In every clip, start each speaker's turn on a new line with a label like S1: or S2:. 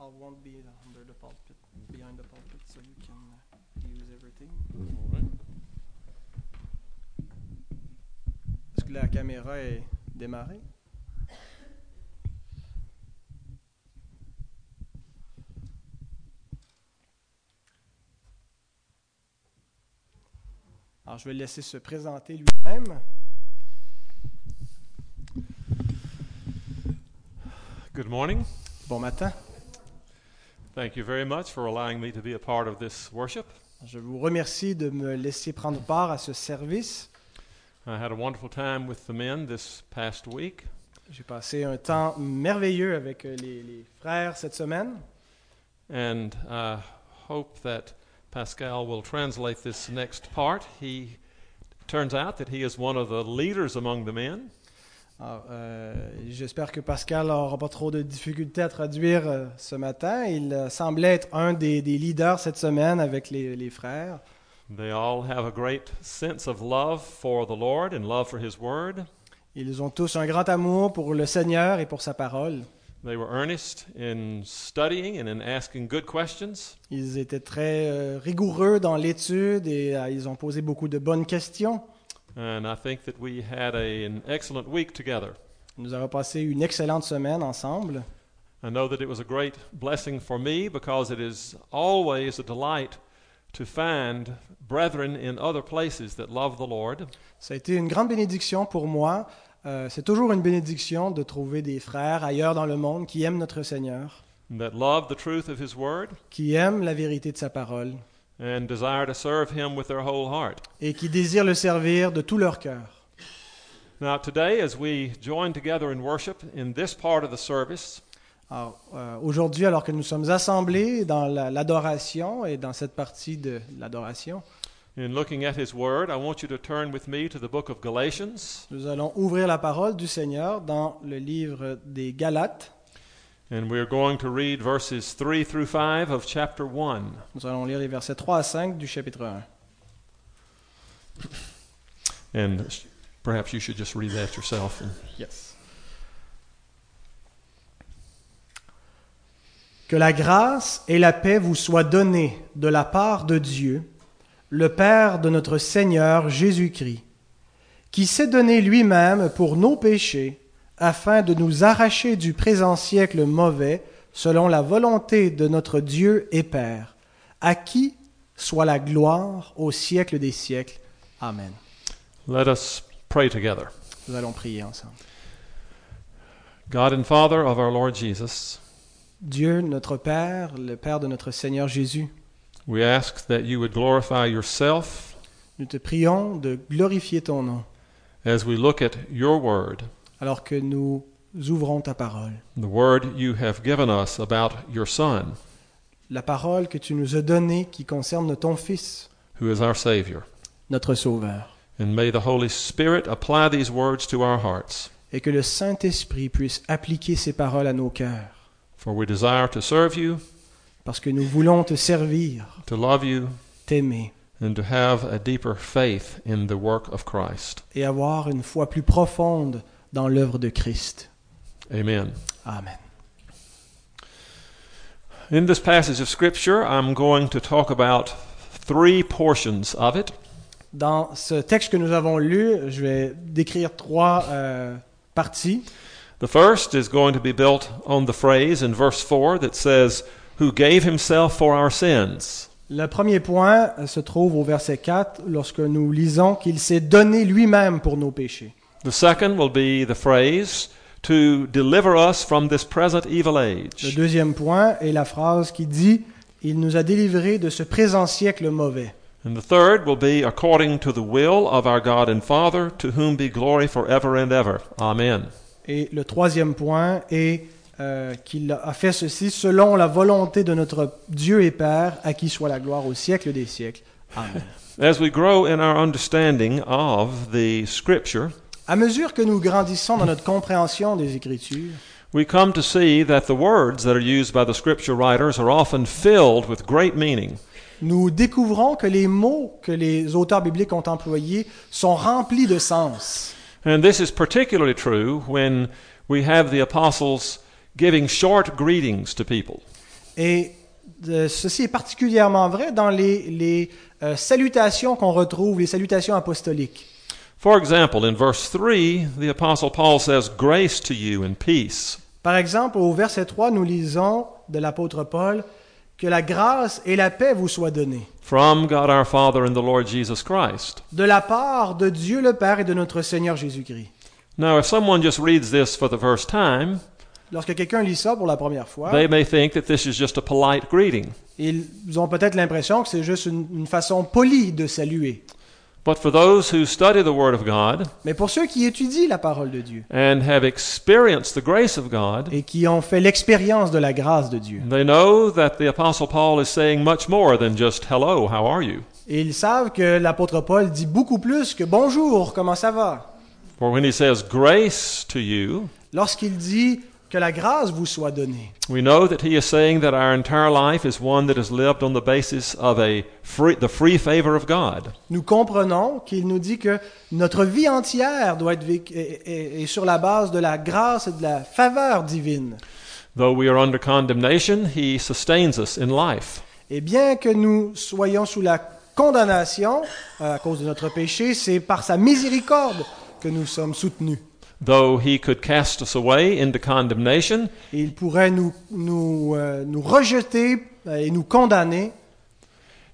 S1: I won't be under the pulpit, behind the pulpit, so you can uh, use everything.
S2: Alright.
S1: Est-ce que la caméra est démarrée? Alors, je vais le laisser se présenter lui-même.
S2: Good morning.
S1: Bon matin.
S2: Thank you very much for allowing me to be a part of this worship.
S1: Je vous remercie de me laisser prendre part à ce service.
S2: I had a wonderful time with the men this past week,
S1: J'ai passé un temps merveilleux avec euh, les, les frères cette semaine.
S2: and I hope that Pascal will translate this next part. He turns out that he is one of the leaders among the men,
S1: Alors, euh, J'espère que Pascal n'aura pas trop de difficultés à traduire euh, ce matin. Il euh, semblait être un des, des leaders cette semaine avec les, les frères.
S2: They all have a great sense of love for the Lord and love for His Word.
S1: Ils ont tous un grand amour pour le Seigneur et pour sa parole.
S2: They were earnest in studying and in asking good questions.
S1: Ils étaient très euh, rigoureux dans l'étude et euh, ils ont posé beaucoup de bonnes questions.
S2: And I think that we had a, an excellent week together.
S1: Nous avons passé une excellente semaine ensemble.
S2: I know that it was a great blessing for me because it is always a delight to find brethren in other places that love the Lord.
S1: Ça a été une grande bénédiction pour moi. Euh, C'est toujours une bénédiction de trouver des frères ailleurs dans le monde qui aiment notre Seigneur,
S2: that love the truth of His Word
S1: qui aiment la vérité de sa parole.
S2: and desire to serve Him with their whole heart.
S1: et qui désirent le servir de tout leur cœur.
S2: Now, today, as we join together in worship in this part of the service,
S1: Alors, euh, aujourd'hui, alors que nous sommes assemblés dans la- l'adoration et dans cette partie de l'adoration,
S2: in looking at His Word, I want you to turn with me to the book of Galatians,
S1: nous allons ouvrir la parole du Seigneur dans le livre des Galates.
S2: and we're going to read verses 3 through 5 of chapter 1.
S1: Nous allons lire les versets 3 à 5 du chapitre 1.
S2: And sh- perhaps you should just read that yourself. and-
S1: Que la grâce et la paix vous soient données de la part de Dieu, le Père de notre Seigneur Jésus-Christ, qui s'est donné lui-même pour nos péchés, afin de nous arracher du présent siècle mauvais, selon la volonté de notre Dieu et Père, à qui soit la gloire au siècle des siècles. Amen.
S2: Let us pray together.
S1: Nous allons prier ensemble.
S2: God and Father of our Lord Jesus,
S1: Dieu, notre Père, le Père de notre Seigneur Jésus,
S2: we ask that you would glorify yourself
S1: Nous te prions de glorifier ton nom
S2: as we look at your word,
S1: alors que nous ouvrons ta parole,
S2: the word you have given us about your Son,
S1: la parole que tu nous as donnée qui concerne ton Fils,
S2: who is our Savior.
S1: notre Sauveur,
S2: And may the Holy Spirit apply these words to our hearts,
S1: et que le Saint-Esprit puisse appliquer ces paroles à nos cœurs,
S2: for we desire to serve you,
S1: parce que nous voulons te servir,
S2: to love you,
S1: t'aimer
S2: and to have a deeper faith in the work of Christ.
S1: et avoir une foi plus profonde dans l'œuvre de Christ.
S2: Amen.
S1: Amen.
S2: In this passage of Scripture, I'm going to talk about three portions of it.
S1: Dans ce texte que nous avons lu, je vais décrire trois euh, parties.
S2: The first is going to be built on the phrase in verse 4 that says, Who gave himself for our sins.
S1: Le premier point euh, se trouve au verset 4 lorsque nous lisons qu'il s'est donné lui-même pour nos péchés.
S2: The second will be the phrase, To deliver us from this present evil
S1: Le
S2: age.
S1: deuxième point est la phrase qui dit Il nous a délivrés de ce présent siècle mauvais.
S2: And the third will be, According to the will of our God and Father, to whom be glory forever and ever. Amen.
S1: Et le troisième point est euh, qu'il a fait ceci selon la volonté de notre Dieu et Père, à qui soit la gloire au siècle des siècles. Amen.
S2: As we grow in our understanding of the Scripture,
S1: À mesure que nous grandissons dans notre compréhension des Écritures,
S2: we come to see that the words that are used by the Scripture writers are often filled with great meaning.
S1: nous découvrons que les mots que les auteurs bibliques ont employés sont remplis de sens.
S2: And this is particularly true when we have the apostles giving short greetings to people.
S1: Et de- ceci est particulièrement vrai dans les, les, euh, salutations qu'on retrouve, les salutations apostoliques.
S2: For example, in verse 3, the Apostle Paul says, Grace to you and peace.
S1: Par exemple, au verset 3, nous lisons de l'apôtre Paul que la grâce et la paix vous soient données
S2: From God our Father and the Lord Jesus Christ.
S1: de la part de Dieu le Père et de notre Seigneur Jésus-Christ.
S2: Now, if someone just reads this for the first time,
S1: Lorsque quelqu'un lit ça pour la première fois,
S2: they may think that this is just a polite greeting.
S1: ils ont peut-être l'impression que c'est juste une, une façon polie de saluer.
S2: But for those who study the Word of God
S1: Mais pour ceux qui étudient la parole de Dieu
S2: and have experienced the grace of God,
S1: et qui ont fait l'expérience de la grâce de Dieu,
S2: they know that the Apostle Paul is saying much more than just, Hello, how are you?
S1: et ils savent que l'apôtre Paul dit beaucoup plus que bonjour, comment ça va
S2: For when he says grace to you,
S1: Lorsqu'il dit que la grâce vous soit donnée,
S2: We know that he is saying that our entire life is one that is lived on the basis of a free, the free favor of God.
S1: nous comprenons qu'il nous dit que notre vie entière doit être vécue est- est- est sur la base de la grâce et de la faveur divine.
S2: Though we are under condemnation, he sustains us in life.
S1: Et bien que nous soyons sous la condamnation euh, à cause de notre péché, c'est par sa miséricorde que nous sommes soutenus.
S2: Though he could cast us away into condemnation,
S1: Et il pourrait nous, nous, euh, nous rejeter euh, et nous condamner,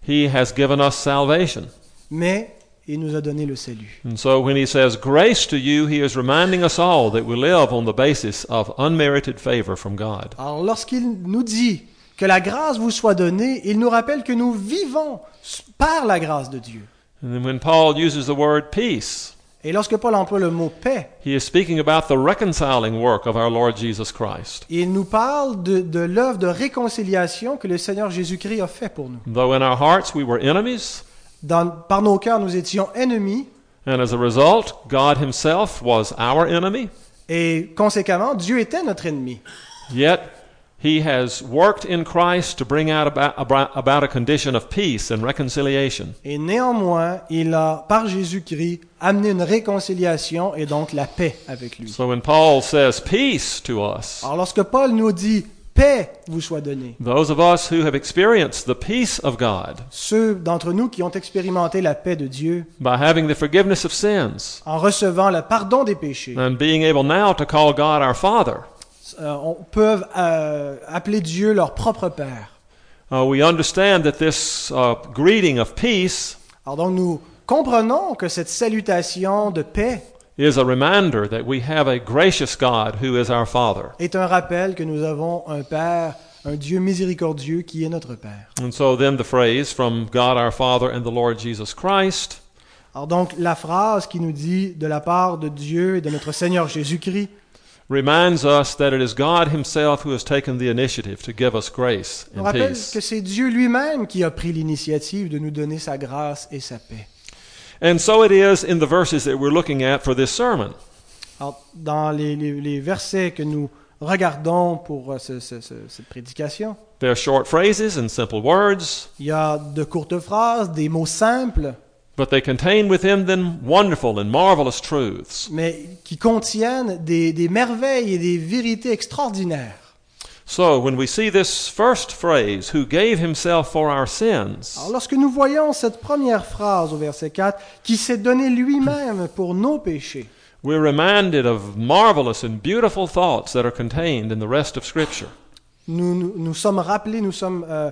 S2: he has given us salvation.
S1: mais il nous a donné le salut.
S2: And so when he says grace to you, he is reminding us all that we live on the basis of unmerited favor from God.
S1: Alors lorsqu'il nous dit que la grâce vous soit donnée, il nous rappelle que nous vivons s- par la grâce de Dieu.
S2: And then when Paul uses the word peace,
S1: Et lorsque Paul emploie le mot paix,
S2: he is speaking about the reconciling work of our Lord Jesus Christ.
S1: il nous parle de, de l'œuvre de réconciliation que le Seigneur Jésus-Christ a fait pour nous.
S2: Though in our hearts we were enemies,
S1: Dans- par nos cœurs, nous étions ennemis,
S2: And as a result, God Himself was our enemy,
S1: Et conséquemment, Dieu était notre ennemi.
S2: yet He has worked in Christ to bring out about, about, about a condition of peace and reconciliation.
S1: Et néanmoins, il a, par Jésus-Christ, amené une réconciliation et donc la paix avec lui.
S2: So when Paul says peace to us,
S1: Alors lorsque Paul nous dit paix vous soit donnée,
S2: those of us who have experienced the peace of God
S1: ceux d'entre nous qui ont expérimenté la paix de Dieu
S2: by having the forgiveness of sins
S1: en recevant le pardon des péchés,
S2: and being able now to call God our Father,
S1: euh, on- peuvent euh, appeler Dieu leur propre Père.
S2: uh, we understand that this uh, greeting of peace
S1: Alors donc nous comprenons que cette salutation de paix
S2: is a reminder that we have a gracious God who is our Father.
S1: est un rappel que nous avons un Père, un Dieu miséricordieux qui est notre Père.
S2: And so then the phrase from God our Father and the Lord Jesus Christ
S1: Alors donc la phrase qui nous dit de la part de Dieu et de notre Seigneur Jésus-Christ
S2: reminds us that it is God Himself who has taken the initiative to give us grace
S1: nous
S2: and
S1: rappelle que
S2: peace.
S1: c'est Dieu lui-même qui a pris l'initiative de nous donner sa grâce et sa paix.
S2: And so it is in the verses that we're looking at for this sermon.
S1: Alors dans les, les- les versets que nous regardons pour euh, ce- ce- ce- cette prédication,
S2: There are short phrases and simple words,
S1: il y a de courtes phrases, des mots simples,
S2: but they contain within them wonderful and marvelous truths.
S1: mais qui contiennent des, des merveilles et des vérités extraordinaires.
S2: So when we see this first phrase, who gave Himself for our sins,
S1: Alors lorsque nous voyons cette première phrase au verset 4, qui s'est donné lui-même pour nos péchés,
S2: we're reminded of marvelous and beautiful thoughts that are contained in the rest of Scripture.
S1: nous, nous, nous sommes rappelés, nous sommes euh,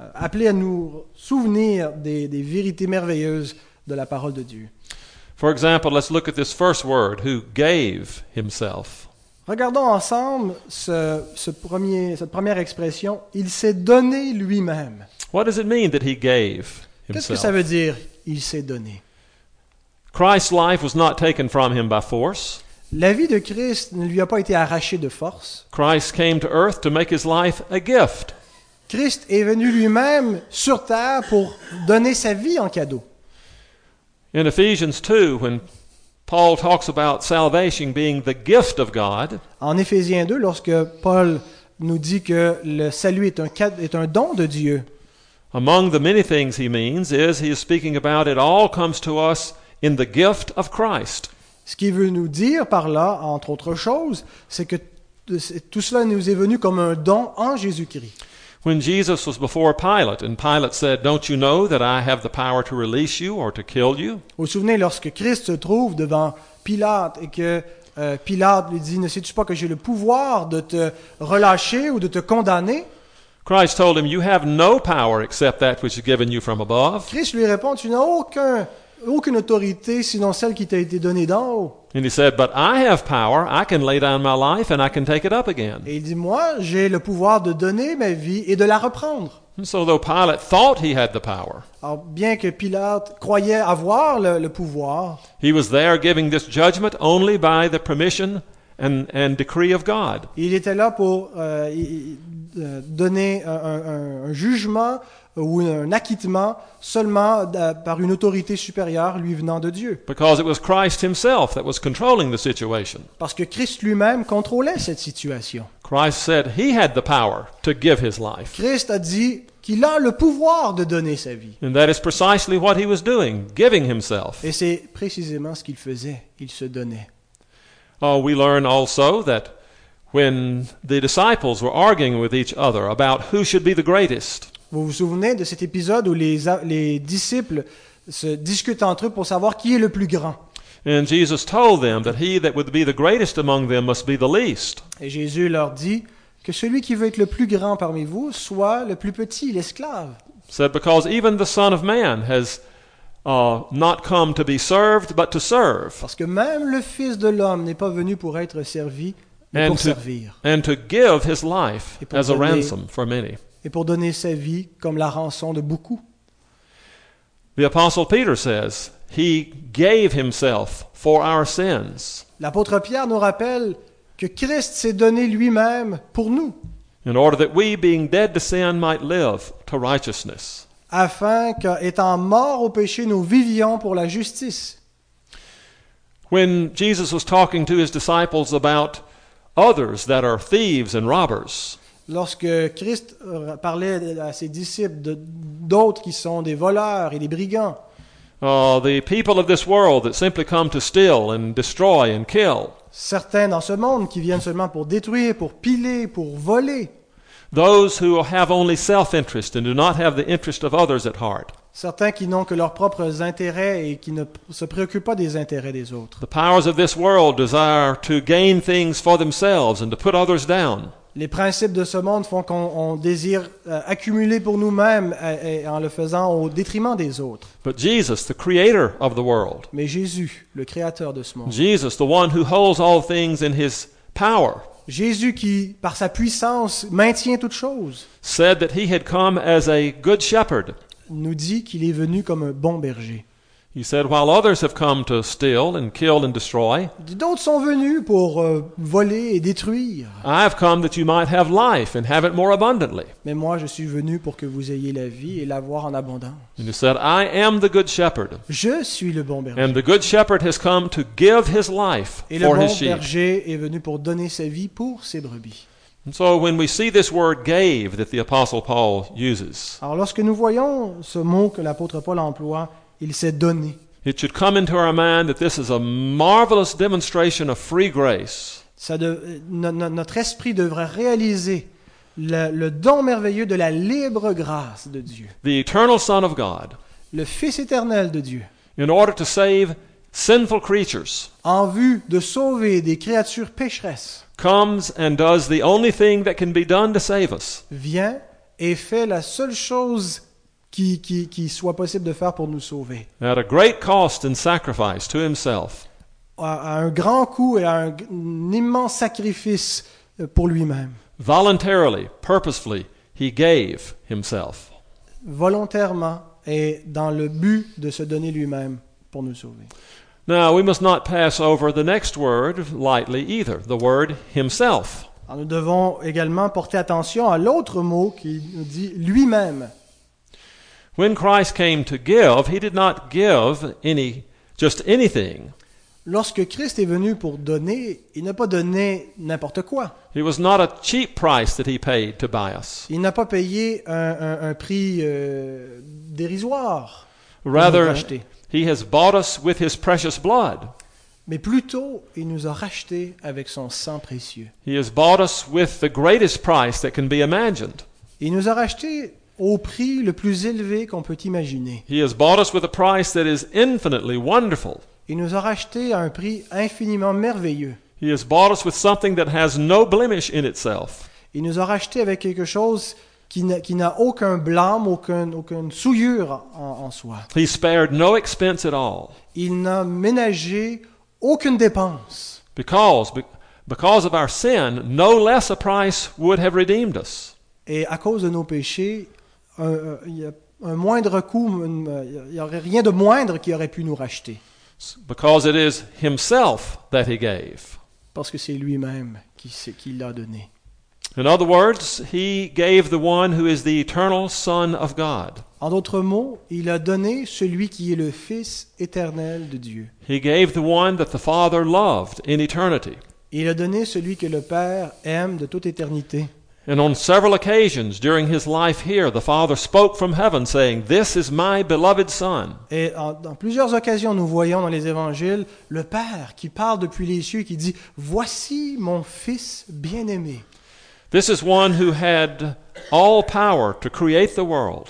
S1: euh, appelés à nous souvenir des, des vérités merveilleuses de la parole de Dieu.
S2: For example, let's look at this first word, who gave himself.
S1: Regardons ensemble ce, ce premier, cette première expression. Il s'est donné lui-même.
S2: What does it mean that he gave
S1: Qu'est-ce que ça
S2: himself?
S1: veut dire Il s'est donné.
S2: Christ's life was not taken from him by force.
S1: La vie de Christ ne lui a pas été arrachée de force.
S2: Christ came to earth to make his life a gift.
S1: Christ est venu lui-même sur terre pour donner sa vie en cadeau.
S2: In Ephesians 2, when Paul talks about salvation being the gift of God,
S1: En Éphésiens 2, lorsque Paul nous dit que le salut est un, cade- est un don de Dieu,
S2: among the many things he means is he is speaking about it all comes to us in the gift of Christ.
S1: Ce qu'il veut nous dire par là, entre autres choses, c'est que t- c'est- tout cela nous est venu comme un don en Jésus-Christ.
S2: When Jesus was before Pilate, and Pilate said, Don't you know that I have the power to release you or to kill you?
S1: Vous vous souvenez, lorsque Christ se trouve devant Pilate et que euh, Pilate lui dit, ne sais-tu pas que j'ai le pouvoir de te relâcher ou de te condamner
S2: Christ told him, You have no power except that which is given you from above.
S1: Christ lui répond, tu n'as aucun, aucune autorité sinon celle qui t'a été donnée d'en haut.
S2: And he said, But I have power. I can lay down my life and I can take it up again.
S1: Et il dit, moi, j'ai le pouvoir de donner ma vie et de la reprendre.
S2: And so, though Pilate thought he had the power,
S1: Alors, bien que Pilate croyait avoir le, le pouvoir,
S2: he was there giving this judgment only by the permission and, and decree of God.
S1: il était là pour euh, il- il- euh, donner un, un- un jugement ou un acquittement seulement d'a- par une autorité supérieure lui venant de Dieu.
S2: Because it was Christ himself that was controlling the situation.
S1: Parce que Christ lui-même contrôlait cette situation.
S2: Christ said he had the power to give his life.
S1: Christ a dit qu'il a le pouvoir de donner sa vie.
S2: And that is precisely what he was doing, giving himself.
S1: Et c'est précisément ce qu'il faisait. Il se donnait.
S2: Oh, we learn also that when the disciples were arguing with each other about who should be the greatest,
S1: Vous vous souvenez de cet épisode où les, a- les disciples se discutent entre eux pour savoir qui est le plus grand.
S2: and Jesus told them that he that would be the greatest among them must be the least.
S1: Et Jésus leur dit que celui qui veut être le plus grand parmi vous soit le plus petit, l'esclave.
S2: Said, because even the Son of Man has uh, not come to be served, but to serve,
S1: Parce que même le Fils de l'homme n'est pas venu pour être servi, mais
S2: And
S1: pour
S2: to-
S1: servir.
S2: and to give his life
S1: Et pour
S2: as a
S1: donner-
S2: ransom for many.
S1: Et pour donner sa vie comme la rançon de beaucoup.
S2: The Apostle Peter says, He gave himself for our sins.
S1: L'apôtre Pierre nous rappelle que Christ s'est donné lui-même pour nous,
S2: in order that we, being dead to sin, might live to righteousness.
S1: afin qu'étant morts au péché, nous vivions pour la justice.
S2: When Jesus was talking to his disciples about others that are thieves and robbers,
S1: Lorsque Christ euh, parlait à ses disciples de- d'autres qui sont des voleurs et des brigands,
S2: uh, the people of this world that simply come to steal and destroy and kill,
S1: certains dans ce monde qui viennent seulement pour détruire, pour piler, pour voler,
S2: those who have only self interest and do not have the interest of others at heart,
S1: certains qui n'ont que leurs propres intérêts et qui ne p- se préoccupent pas des intérêts des autres.
S2: the powers of this world desire to gain things for themselves and to put others down.
S1: Les principes de ce monde font qu'on on désire euh, accumuler pour nous-mêmes euh, et en le faisant au détriment des autres.
S2: But Jesus, the creator of the world,
S1: Mais Jésus, le créateur de ce monde,
S2: Jesus, the one who holds all things in his power,
S1: Jésus qui, par sa puissance, maintient toutes choses,
S2: said that he had come as a good shepherd.
S1: nous dit qu'il est venu comme un bon berger.
S2: He said, While others have come to steal and kill and destroy,
S1: D'autres sont venus pour euh, voler et détruire,
S2: I have come that you might have life and have it more abundantly.
S1: mais moi je suis venu pour que vous ayez la vie et l'avoir en abondance.
S2: And he said, I am the good shepherd.
S1: Je suis le bon berger.
S2: And the good shepherd has come to give his life
S1: Et le
S2: for
S1: bon
S2: his sheep.
S1: berger est venu pour donner sa vie pour ses brebis.
S2: And so when we see this word gave that the Apostle Paul uses,
S1: Alors lorsque nous voyons ce mot que l'apôtre Paul emploie, il s'est donné.
S2: it should come into our mind that this is a marvelous demonstration of free grace.
S1: Ça de- euh, no- no- notre esprit devrait réaliser le- le don merveilleux de la libre grâce de Dieu.
S2: The eternal Son of God,
S1: le Fils éternel de Dieu,
S2: in order to save sinful creatures,
S1: en vue de sauver des créatures pécheresses,
S2: comes and does the only thing that can be done to save us.
S1: vient et fait la seule chose qui, qui- qui soit possible de faire pour nous sauver,
S2: At a great cost and sacrifice to himself,
S1: à, à un grand coup et à un, un immense sacrifice euh, pour lui-même.
S2: voluntarily, purposefully, he gave himself.
S1: Volontairement et dans le but de se donner lui-même pour nous sauver.
S2: Now, we must not pass over the next word lightly either, the word himself.
S1: Alors, nous devons également porter attention à l'autre mot qui nous dit lui-même.
S2: When Christ came to give, he did not give any just anything.
S1: Lorsque Christ est venu pour donner, il n'a pas donné n'importe quoi.
S2: It was not a cheap price that he paid to buy us.
S1: Il n'a pas payé un, un- un prix euh, dérisoire, pour nous
S2: Rather,
S1: racheter.
S2: he has bought us with his precious blood.
S1: mais plutôt il nous a rachetés avec son sang précieux.
S2: He has bought us with the greatest price that can be imagined.
S1: Il nous a rachetés au prix le plus élevé qu'on peut imaginer.
S2: He has bought us with a price that is infinitely wonderful.
S1: Il nous a rachetés à un prix infiniment merveilleux.
S2: He has bought us with something that has no blemish in itself.
S1: Il nous a rachetés avec quelque chose qui n'a- qui n'a aucun blâme, aucun- aucune souillure en, en soi.
S2: He spared no expense at all
S1: Il n'a ménagé aucune dépense.
S2: because be- because of our sin, no less a price would have redeemed us.
S1: Et à cause de nos péchés, un, un- il y a un moindre coût, une- il n'y aurait rien de moindre qui aurait pu nous racheter.
S2: S- Because it is himself that he gave.
S1: Parce que c'est lui-même qui, s'est- qui l'a donné.
S2: In other words, he gave the one who is the eternal son of God.
S1: En d'autres mots, il a donné celui qui est le Fils éternel de Dieu.
S2: He gave the one that the Father loved in eternity.
S1: Il a donné celui que le Père aime de toute éternité.
S2: And on several occasions during his life here, the Father spoke from heaven, saying, This is my beloved Son.
S1: Et en, dans plusieurs occasions, nous voyons dans les évangiles le Père qui parle depuis les cieux, qui dit Voici mon Fils bien-aimé.
S2: This is one who had all power to create the world.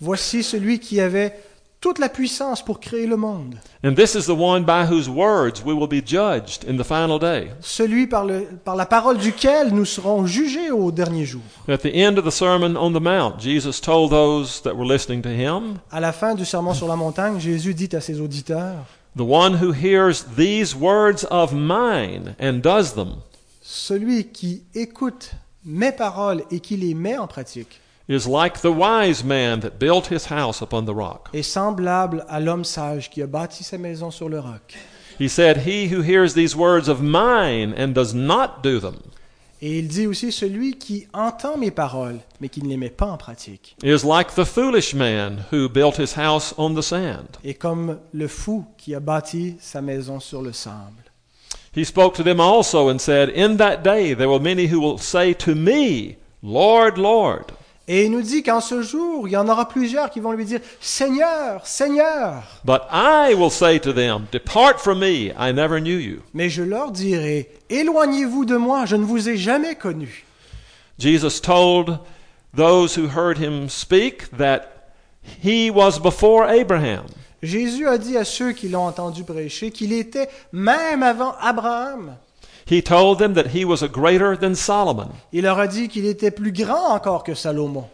S1: Voici celui qui avait toute la puissance pour créer le monde.
S2: And this is the one by whose words we will be judged in the final day.
S1: Celui par, le- par la parole duquel nous serons jugés au dernier jour.
S2: At the end of the Sermon on the Mount, Jesus told those that were listening to him,
S1: À la fin du sermon sur la montagne, Jésus dit à ses auditeurs
S2: The one who hears these words of mine and does them
S1: Celui qui écoute mes paroles et qui les met en pratique
S2: is like the wise man that built his house upon the rock.
S1: est semblable à l'homme sage qui a bâti sa maison sur le roc.
S2: He said, He who hears these words of mine and does not do them
S1: Et il dit aussi celui qui entend mes paroles mais qui ne les met pas en pratique
S2: is like the foolish man who built his house on the sand.
S1: est comme le fou qui a bâti sa maison sur le sable.
S2: He spoke to them also and said, In that day there will many who will say to me, Lord, Lord,
S1: Et il nous dit qu'en ce jour, il y en aura plusieurs qui vont lui dire Seigneur, Seigneur.
S2: but I will say to them, Depart from me, I never knew you.
S1: Mais je leur dirai Éloignez-vous de moi, je ne vous ai jamais connu.
S2: Jesus told those who heard him speak that he was before Abraham.
S1: Jésus a dit à ceux qui l'ont entendu prêcher qu'il était même avant Abraham.
S2: He told them that he was a greater than Solomon.
S1: Il leur a dit qu'il était plus grand encore que Salomon.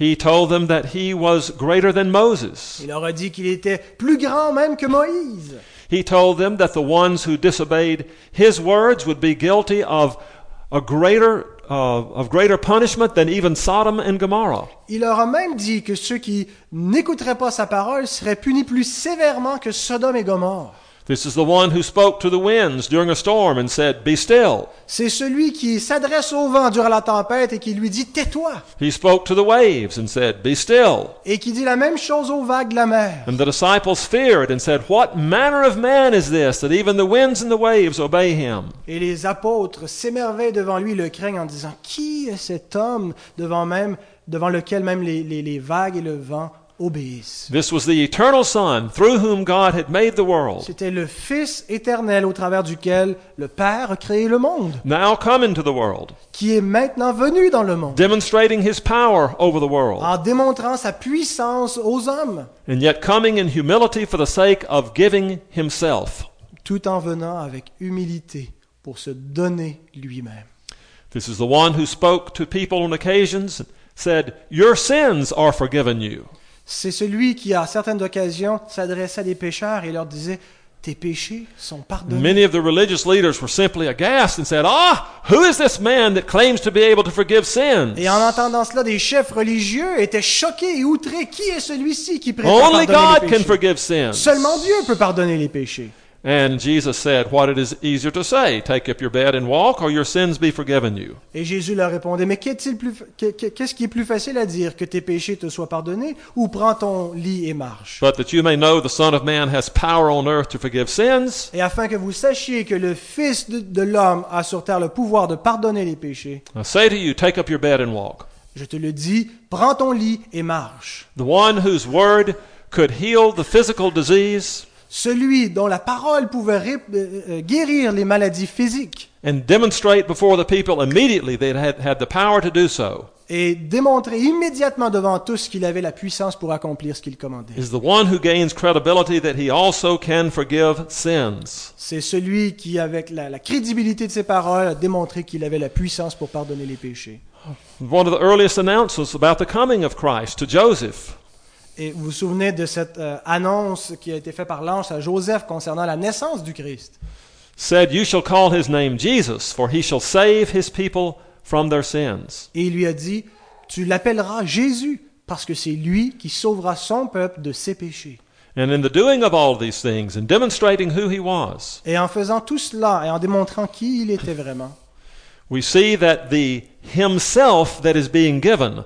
S2: He told them that he was greater than Moses.
S1: Il leur a dit qu'il était plus grand même que Moïse.
S2: He told them that the ones who disobeyed his words would be guilty of a greater uh, of greater punishment than even Sodom and Gomorrah.
S1: Il leur a même dit que ceux qui n'écouteraient pas sa parole seraient punis plus sévèrement que Sodome et Gomorre.
S2: This is the one who spoke to the winds during a storm and said, "Be still."
S1: C'est celui qui s'adresse au vent durant la tempête et qui lui dit tais-toi
S2: He spoke to the waves and said, "Be still."
S1: et qui dit la même chose aux vagues de la mer.
S2: And the disciples feared and said, What manner of man is this that even the winds and the waves obey him?
S1: Et les apôtres s'émerveillent devant lui et le craignent en disant qui est cet homme devant même devant lequel même les, les- les vagues et le vent obéissent.
S2: This was the eternal Son through whom God had made the world,
S1: C'était le Fils éternel au travers duquel le Père a créé le monde,
S2: now come into the world,
S1: qui est maintenant venu dans le monde.
S2: demonstrating his power over the world,
S1: en démontrant sa puissance aux hommes,
S2: and yet coming in humility for the sake of giving himself.
S1: tout en venant avec humilité pour se donner lui-même.
S2: This is the one who spoke to people on occasions and said, Your sins are forgiven you.
S1: C'est celui qui, à certaines occasions, s'adressait à des pécheurs et leur disait, tes péchés sont pardonnés.
S2: Many of the religious leaders were simply aghast and said, Ah, who is this man that claims to be able to forgive sins?
S1: Et en entendant cela, des chefs religieux étaient choqués et outrés. Qui est celui-ci qui prétend
S2: Only God
S1: pardonner les
S2: can
S1: péchés?
S2: forgive sins.
S1: Seulement Dieu peut pardonner les péchés.
S2: And Jesus said, What it is easier to say, take up your bed and walk, or your sins be forgiven you.
S1: Et Jésus leur répondait, mais qu'est-il plus fa- qu'est- qu'est- qu'est-ce qui est plus facile à dire, que tes péchés te soient pardonnés ou prends ton lit et marche?
S2: But that you may know the Son of Man has power on earth to forgive sins,
S1: Et afin que vous sachiez que le Fils de, de l'homme a sur terre le pouvoir de pardonner les péchés,
S2: I say to you, take up your bed and walk.
S1: je te le dis, prends ton lit et marche.
S2: The one whose word could heal the physical disease
S1: celui dont la parole pouvait ré- euh, euh, guérir les maladies physiques
S2: and demonstrate before the people immediately they had had the power to do so
S1: et démontrer immédiatement devant tous qu'il avait la puissance pour accomplir ce qu'il commandait.
S2: is the one who gains credibility that he also can forgive sins.
S1: C'est celui qui, avec la, la crédibilité de ses paroles, a démontré qu'il avait la puissance pour pardonner les péchés.
S2: One of the earliest announcements about the coming of Christ to Joseph
S1: Et vous vous souvenez de cette euh, annonce qui a été faite par l'ange à Joseph concernant la naissance du Christ.
S2: said, You shall call his name Jesus, for he shall save his people from their sins.
S1: Et il lui a dit, tu l'appelleras Jésus, parce que c'est lui qui sauvera son peuple de ses péchés.
S2: And in the doing of all these things and demonstrating who he was,
S1: Et en faisant tout cela et en démontrant qui il était vraiment,
S2: we see that the himself that is being given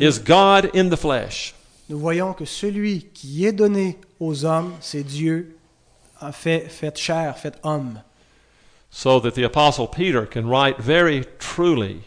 S2: is God in the flesh.
S1: nous voyons que celui qui est donné aux hommes, c'est Dieu, en fait, fait chair, fait homme.
S2: so that the Apostle Peter can write very truly,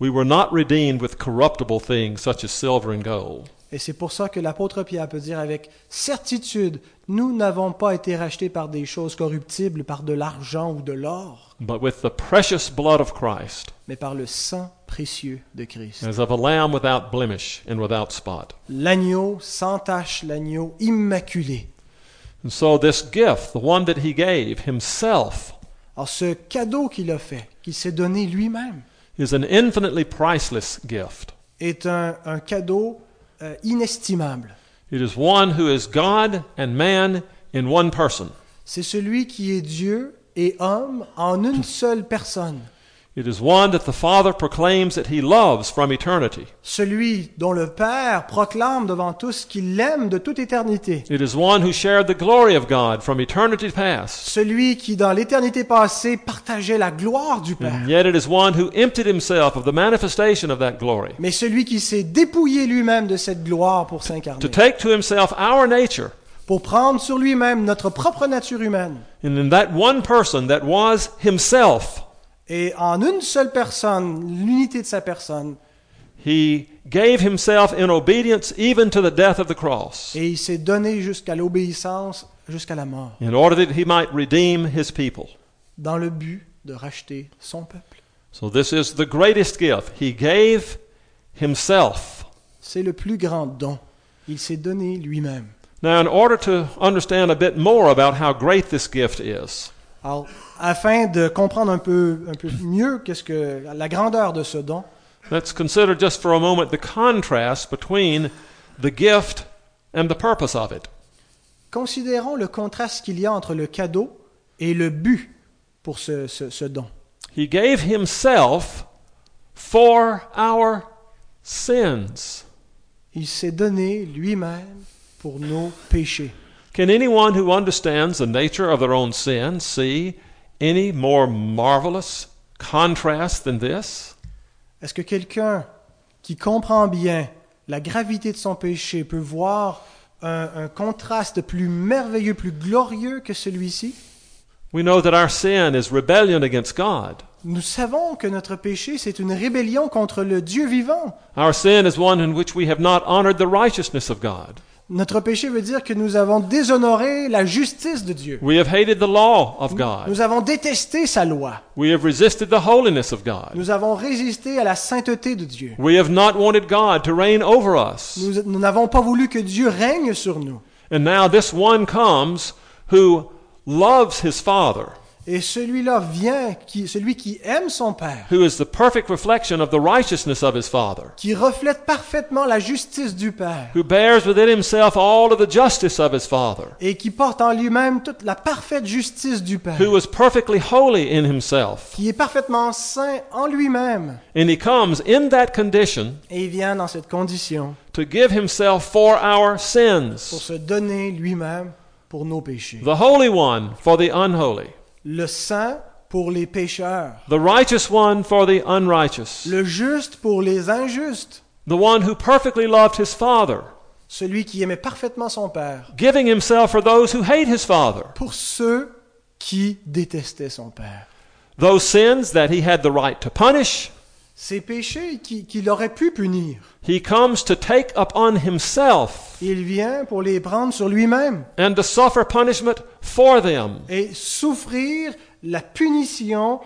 S2: We were not redeemed with corruptible things such as silver and gold,
S1: Et c'est pour ça que l'apôtre Pierre peut dire avec certitude, nous n'avons pas été rachetés par des choses corruptibles, par de l'argent ou de l'or,
S2: but with the precious blood of Christ,
S1: mais par le sang précieux de Christ.
S2: as of a lamb without blemish and without spot.
S1: L'agneau sans tache, l'agneau immaculé.
S2: And so, this gift, the one that he gave himself,
S1: Alors ce cadeau qu'il a fait, qu'il s'est donné lui-même,
S2: is an infinitely priceless gift.
S1: est un, un cadeau euh, inestimable.
S2: It is one who is God and man in one person.
S1: C'est celui qui est Dieu et homme en une seule personne.
S2: It is one that the Father proclaims that he loves from eternity.
S1: Celui dont le Père proclame devant tous qu'il l'aime de toute éternité.
S2: It is one who shared the glory of God from eternity past.
S1: Celui qui, dans l'éternité passée, partageait la gloire du Père.
S2: And yet it is one who emptied himself of the manifestation of that glory
S1: Mais celui qui s'est dépouillé lui-même de cette gloire pour
S2: to
S1: s'incarner.
S2: take to himself our nature.
S1: Pour prendre sur lui-même notre propre nature humaine.
S2: And in that one person that was himself,
S1: Et en une seule personne, l'unité de sa personne,
S2: he gave himself in obedience even to the death of the cross
S1: et il s'est donné jusqu'à l'obéissance, jusqu'à la mort,
S2: in order that he might redeem his people.
S1: dans le but de racheter son peuple.
S2: So this is the greatest gift. He gave himself.
S1: C'est le plus grand don. Il s'est donné lui-même.
S2: Now, in order to understand a bit more about how great this gift is,
S1: Alors, afin de comprendre un peu, un peu mieux qu'est-ce que la grandeur de ce don,
S2: Let's consider just for a moment the contrast between the gift and the purpose of it.
S1: considérons le contraste qu'il y a entre le cadeau et le but pour ce, ce- ce don.
S2: He gave himself for our sins.
S1: Il s'est donné lui-même pour nos péchés.
S2: Can anyone who understands the nature of their own sin see any more marvelous contrast than this?
S1: Est-ce que quelqu'un qui comprend bien la gravité de son péché peut voir un, un contraste plus merveilleux, plus glorieux que celui-ci
S2: We know that our sin is rebellion against God.
S1: Nous savons que notre péché, c'est une rébellion contre le Dieu vivant.
S2: Our sin is one in which we have not honored the righteousness of God.
S1: Notre péché veut dire que nous avons déshonoré la justice de Dieu.
S2: We have hated the law of God.
S1: Nous avons détesté sa loi.
S2: We have resisted the holiness of God.
S1: Nous avons résisté à la sainteté de Dieu.
S2: We have not wanted God to reign over us.
S1: Nous nous n'avons pas voulu que Dieu règne sur nous.
S2: And now this one comes who loves his Father,
S1: Et celui-là vient, qui, celui qui aime son Père,
S2: who is the perfect reflection of the righteousness of his Father,
S1: qui reflète parfaitement la justice du Père.
S2: who bears within himself all of the justice of his Father,
S1: et qui porte en lui-même toute la parfaite justice du Père,
S2: who is perfectly holy in himself.
S1: qui est parfaitement saint en lui-même,
S2: And he comes in that condition
S1: et il vient dans cette condition
S2: to give himself for our
S1: pour
S2: sins.
S1: se donner lui-même pour nos péchés.
S2: The Holy One for the unholy,
S1: Le saint pour les pécheurs,
S2: the righteous one for the unrighteous,
S1: le juste pour les injustes,
S2: the one who perfectly loved his Father,
S1: celui qui aimait parfaitement son Père,
S2: giving himself for those who hate his Father.
S1: pour ceux qui détestaient son Père.
S2: those sins that he had the right to punish,
S1: Ses péchés qui- qu'il aurait pu punir.
S2: He comes to take upon himself
S1: Il vient pour les prendre sur lui-même
S2: and to suffer punishment for them.
S1: et souffrir la punition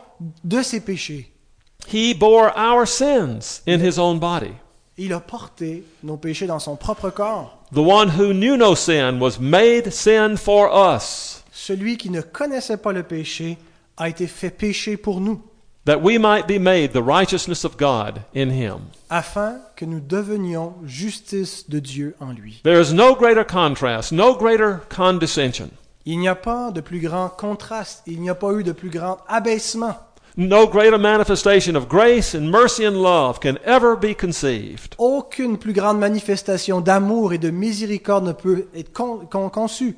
S1: de ses péchés.
S2: He bore our sins in his own body.
S1: Il a porté nos péchés dans son propre corps.
S2: The one who knew no sin was made sin for us,
S1: Celui qui ne connaissait pas le péché a été fait péché pour nous,
S2: that we might be made the righteousness of God in him.
S1: afin que nous devenions justice de Dieu en lui.
S2: There is no greater contrast, no greater condescension,
S1: Il n'y a pas de plus grand contraste, il n'y a pas eu de plus grand abaissement,
S2: no greater manifestation of grace and mercy and love can ever be conceived.
S1: aucune plus grande manifestation d'amour et de miséricorde ne peut être con- con- conçue.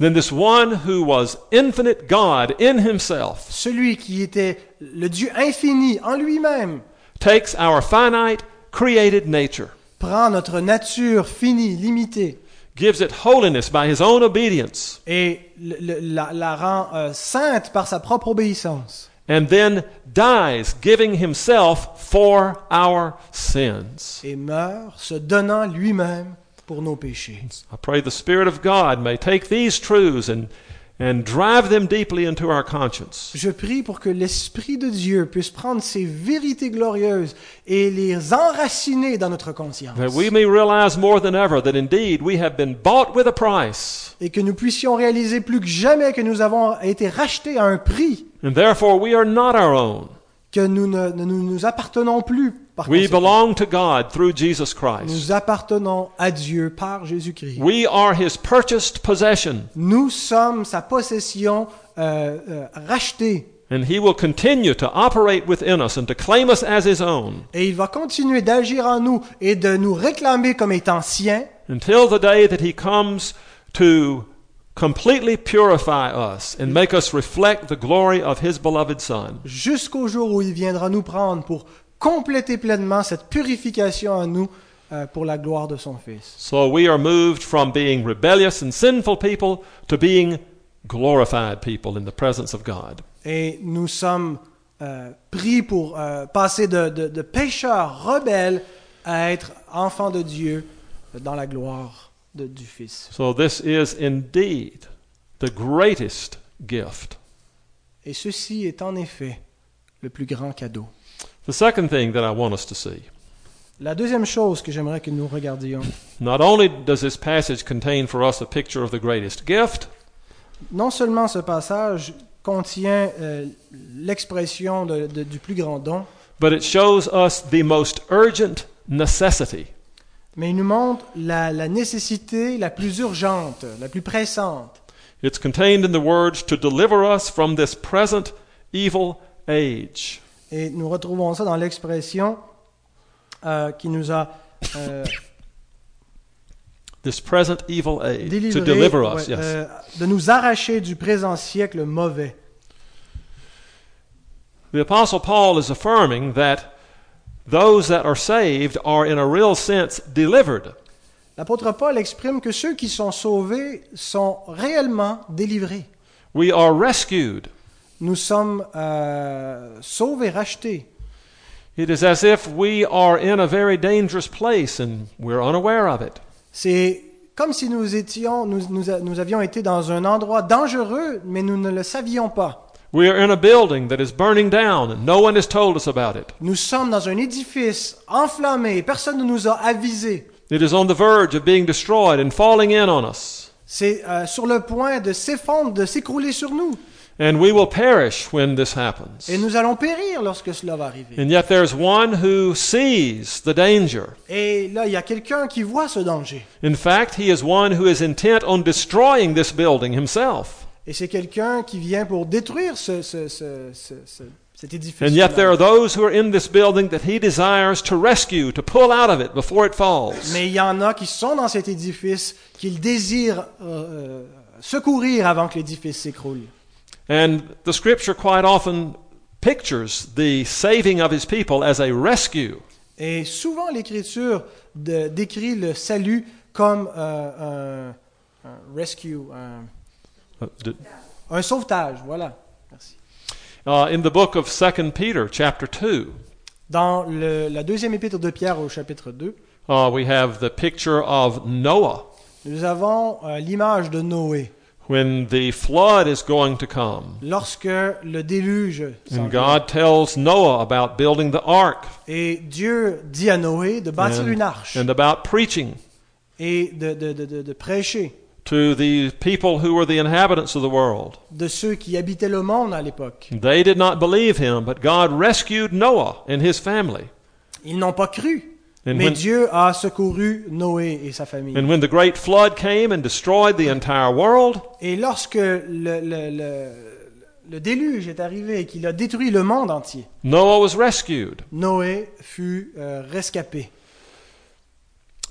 S2: than this one who was infinite God in himself
S1: Celui qui était le Dieu infini en lui-même
S2: takes our finite created nature,
S1: prend notre nature finie, limitée,
S2: gives it holiness by his own obedience,
S1: et le- le- la, la rend euh, sainte par sa propre obéissance,
S2: and then dies giving himself for our sins.
S1: et meurt se donnant lui-même pour nos péchés.
S2: I pray the Spirit of God may take these truths and and drive them deeply into our conscience.
S1: Je prie pour que l'Esprit de Dieu puisse prendre ces vérités glorieuses et les enraciner dans notre conscience.
S2: That we may realize more than ever that indeed we have been bought with a price,
S1: Et que nous puissions réaliser plus que jamais que nous avons été rachetés à un prix,
S2: and therefore we are not our own.
S1: que nous ne, ne- nous, nous appartenons plus. Par
S2: We
S1: conséquent.
S2: belong to God through Jesus Christ.
S1: nous appartenons à Dieu par Jésus-Christ.
S2: We are his purchased possession,
S1: Nous sommes sa possession euh, euh, rachetée.
S2: and he will continue to operate within us and to claim us as his own
S1: Et il va continuer d'agir en nous et de nous réclamer comme étant sien
S2: until the day that he comes to completely purify us and make us reflect the glory of his beloved Son.
S1: jusqu'au jour où il viendra nous prendre pour compléter pleinement cette purification en nous euh, pour la gloire de son Fils.
S2: So we are moved from being rebellious and sinful people to being glorified people in the presence of God.
S1: Et nous sommes euh, pris pour euh, passer de, de, de pécheurs rebelles à être enfants de Dieu dans la gloire de- du Fils.
S2: So this is indeed the greatest gift.
S1: Et ceci est en effet le plus grand cadeau.
S2: The second thing that I want us to see
S1: La deuxième chose que j'aimerais que nous regardions,
S2: Not only does this passage contain for us a picture of the greatest gift,
S1: non seulement ce passage contient euh, l'expression de- de- du plus grand don,
S2: but it shows us the most urgent necessity.
S1: mais il nous montre la, la nécessité la plus urgente, la plus pressante.
S2: It's contained in the words to deliver us from this present evil age.
S1: Et nous retrouvons ça dans l'expression euh, qui nous a euh,
S2: This present evil age.
S1: délivré
S2: to deliver us,
S1: ouais,
S2: yes.
S1: euh, de nous arracher du présent siècle mauvais.
S2: the Apostle Paul is affirming that those that are saved are, in a real sense, delivered.
S1: L'apôtre Paul exprime que ceux qui sont sauvés sont réellement délivrés.
S2: We are rescued.
S1: Nous sommes euh, sauvés, rachetés.
S2: It is as if we are in a very dangerous place and we're unaware of it.
S1: C'est comme si nous étions, nous, nous a- nous avions été dans un endroit dangereux, mais nous ne le savions pas.
S2: We are in a building that is burning down and no one has told us about it.
S1: Nous sommes dans un édifice enflammé, personne ne nous a avisés.
S2: It is on the verge of being destroyed and falling in on us.
S1: C'est euh, sur le point de s'effondrer, de s'écrouler sur nous.
S2: And we will perish when this happens.
S1: Et nous allons périr lorsque cela va arriver.
S2: And yet there's one who sees the danger.
S1: Et là, il y a quelqu'un qui voit ce danger.
S2: In fact, he is one who is intent on destroying this building himself.
S1: Et c'est quelqu'un qui vient pour détruire ce, ce- ce- ce- ce- cet édifice.
S2: And yet there are those who are in this building that he desires to rescue, to pull out of it before it falls.
S1: Mais il y en a qui sont dans cet édifice, qu'ils désirent euh, euh, secourir avant que l'édifice s'écroule.
S2: And the scripture quite often pictures the saving of his people as a rescue.
S1: Et souvent, l'Écriture de- décrit le salut comme euh, un, un rescue, un,
S2: Uh, d-
S1: un sauvetage. Voilà. Merci.
S2: Uh, in the book of 2 Peter, chapter 2,
S1: Dans le- la deuxième épître de Pierre au chapitre 2,
S2: Uh, we have the picture of Noah
S1: nous avons euh, l'image de Noé
S2: when the flood is going to come.
S1: lorsque le déluge s'en
S2: And God tells Noah about building the ark
S1: Et Dieu dit à Noé de bâtir
S2: And-
S1: une arche
S2: and about preaching
S1: et de, de- de- de- de prêcher
S2: to the people who were the inhabitants of the world.
S1: de ceux qui habitaient le monde à l'époque.
S2: They did not believe him, but God rescued Noah and his family.
S1: Ils n'ont pas cru,
S2: And
S1: mais
S2: when,
S1: Dieu a secouru Noé et sa famille.
S2: and when the great flood came and destroyed the entire world,
S1: Et lorsque le, le- le- le déluge est arrivé et qu'il a détruit le monde entier,
S2: Noah was rescued.
S1: Noé fut euh, rescapé.